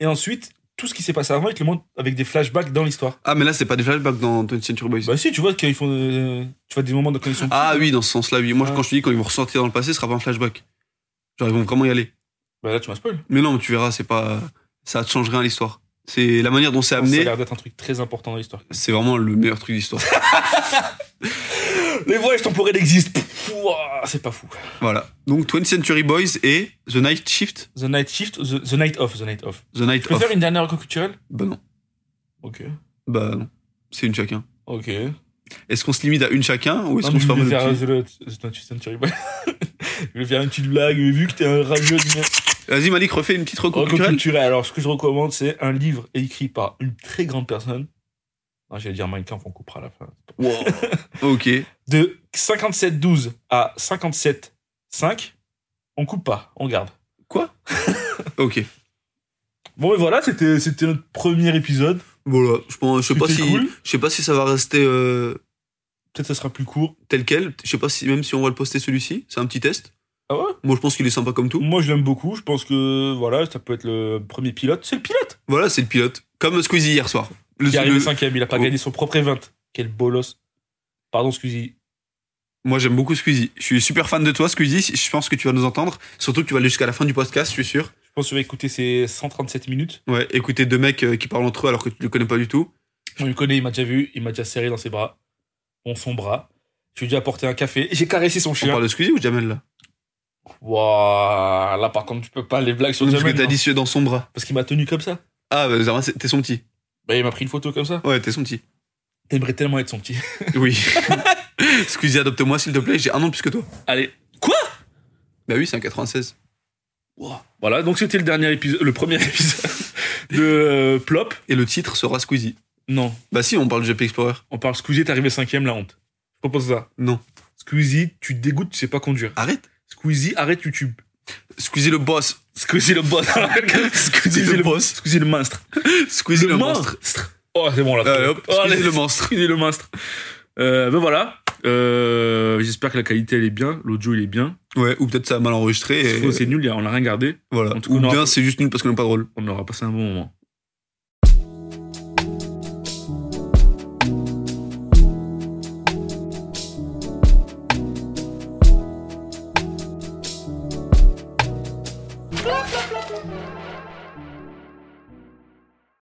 S3: et ensuite tout ce qui s'est passé avant, ils te le montrent avec des flashbacks dans l'histoire.
S2: Ah, mais là, c'est pas des flashbacks dans 20th Century Boys.
S3: Bah si, tu vois qu'ils font, euh, tu vois des moments de quand ils sont.
S2: Ah oui, dans ce sens-là, oui. Moi,
S3: Ouais.
S2: quand je te dis quand ils vont ressortir dans le passé, ce sera pas un flashback. Genre, ils vont vraiment y aller.
S3: Bah là, tu m'as spoil.
S2: Mais non, tu verras, c'est pas. Ça te change rien à l'histoire. C'est la manière dont c'est
S3: Ça a
S2: amené,
S3: l'air d'être un truc très important dans l'histoire.
S2: c'est vraiment le meilleur truc d'histoire.
S3: Les voyages temporels existent. Pff, ouah, C'est pas fou.
S2: voilà. Donc, 20th Century Boys et The Night Shift.
S3: The Night Shift, The, The Night Off, The Night Off.
S2: The Night
S3: Je peux
S2: Off.
S3: faire une dernière reco culturelle
S2: Bah non.
S3: Ok.
S2: Bah non. C'est une chacun.
S3: Ok.
S2: Est-ce qu'on se limite à une chacun ou est-ce qu'on
S3: Non, mais
S2: se
S3: je
S2: permet
S3: voulais
S2: de.
S3: faire,
S2: petit-
S3: euh, the- the- non, tu sais, tu rigoles. [LAUGHS] je vais faire une petite blague, mais vu que t'es un rageux de merde.
S2: Vas-y, Malik, refais une petite reco
S3: Reco
S2: culturelle.
S3: culturel. Alors, ce que je recommande, c'est un livre écrit par une très grande personne. Non, j'allais dire Minecraft, on coupera à la fin.
S2: Wow. ok.
S3: De 57.12 à 57.5, on coupe pas, on garde.
S2: Quoi Ok.
S3: Bon, et voilà, c'était c'était notre premier épisode.
S2: Voilà. Je, pense, je sais pas
S3: C'était
S2: si.
S3: cool.
S2: Je sais pas si ça va rester. euh,
S3: Peut-être ça sera plus court.
S2: tel quel. Je sais pas si même si on va le poster celui-ci, c'est un petit test.
S3: Ah ouais
S2: Moi je pense qu'il est sympa comme tout.
S3: Moi, je l'aime beaucoup. Je pense que, voilà, ça peut être le premier pilote. C'est le pilote
S2: Voilà, c'est le pilote. Comme Squeezie hier soir. Le,
S3: Il est arrivé
S2: le-
S3: cinquième, il a pas
S2: Oh.
S3: gagné son propre event. Quel bolos. Pardon, Squeezie.
S2: Moi j'aime beaucoup Squeezie. Je suis super fan de toi Squeezie. Je pense que tu vas nous entendre. Surtout que tu vas aller jusqu'à la fin du podcast, je suis sûr.
S3: Je pense que je vais écouter ces 137 minutes.
S2: Ouais, écouter deux mecs euh, qui parlent entre eux alors que tu les connais pas du tout.
S3: Je le connais, il m'a déjà vu, il m'a déjà serré dans ses bras. Bon, son bras. Je lui ai déjà apporté un café. J'ai caressé son
S2: On
S3: chien.
S2: parle de Squeezie ou de Jamel là
S3: Waouh, là par contre, tu peux pas les blagues sur
S2: Parce que
S3: Jamel.
S2: t'as
S3: non.
S2: dit c'est dans son bras.
S3: Parce qu'il m'a tenu comme ça.
S2: Ah, bah, Zara, c'est- t'es son petit.
S3: Bah, il m'a pris une photo comme ça.
S2: Ouais, t'es son
S3: [LAUGHS]
S2: petit.
S3: T'aimerais tellement être son petit. [LAUGHS]
S2: Oui. [LAUGHS] Squeezie, adopte-moi s'il te plaît. J'ai un an de plus que toi.
S3: Allez. Quoi
S2: Bah oui, c'est un 96.
S3: Voilà, donc c'était le dernier épisode, le premier [LAUGHS] épisode de euh, Plop.
S2: Et le titre sera Squeezie.
S3: Non,
S2: Bah si, on parle de GP Explorer.
S3: on parle Squeezie, t'es arrivé cinquième, la honte. Je propose ça.
S2: Non.
S3: Squeezie, tu te dégoûtes, tu sais pas conduire.
S2: Arrête.
S3: Squeezie, arrête YouTube.
S2: Squeezie le boss.
S3: Squeezie le boss. [LAUGHS] Squeezie
S2: le
S3: le
S2: boss.
S3: boss. Squeezie le monstre.
S2: Squeezie le, monstre.
S3: Oh, c'est bon là.
S2: Allez hop,
S3: Oh,
S2: excusez
S3: allez,
S2: le monstre.
S3: Squeezie le monstre. Euh, ben voilà. Euh, J'espère que la qualité elle est bien, l'audio il est bien.
S2: Ouais, ou peut-être ça a mal enregistré.
S3: C'est
S2: Et...
S3: faux, C'est nul, on a rien gardé.
S2: Voilà.
S3: En tout cas,
S2: Ou
S3: on aura-
S2: bien c'est juste nul parce qu'on n'est pas drôle.
S3: On aura passé un bon moment.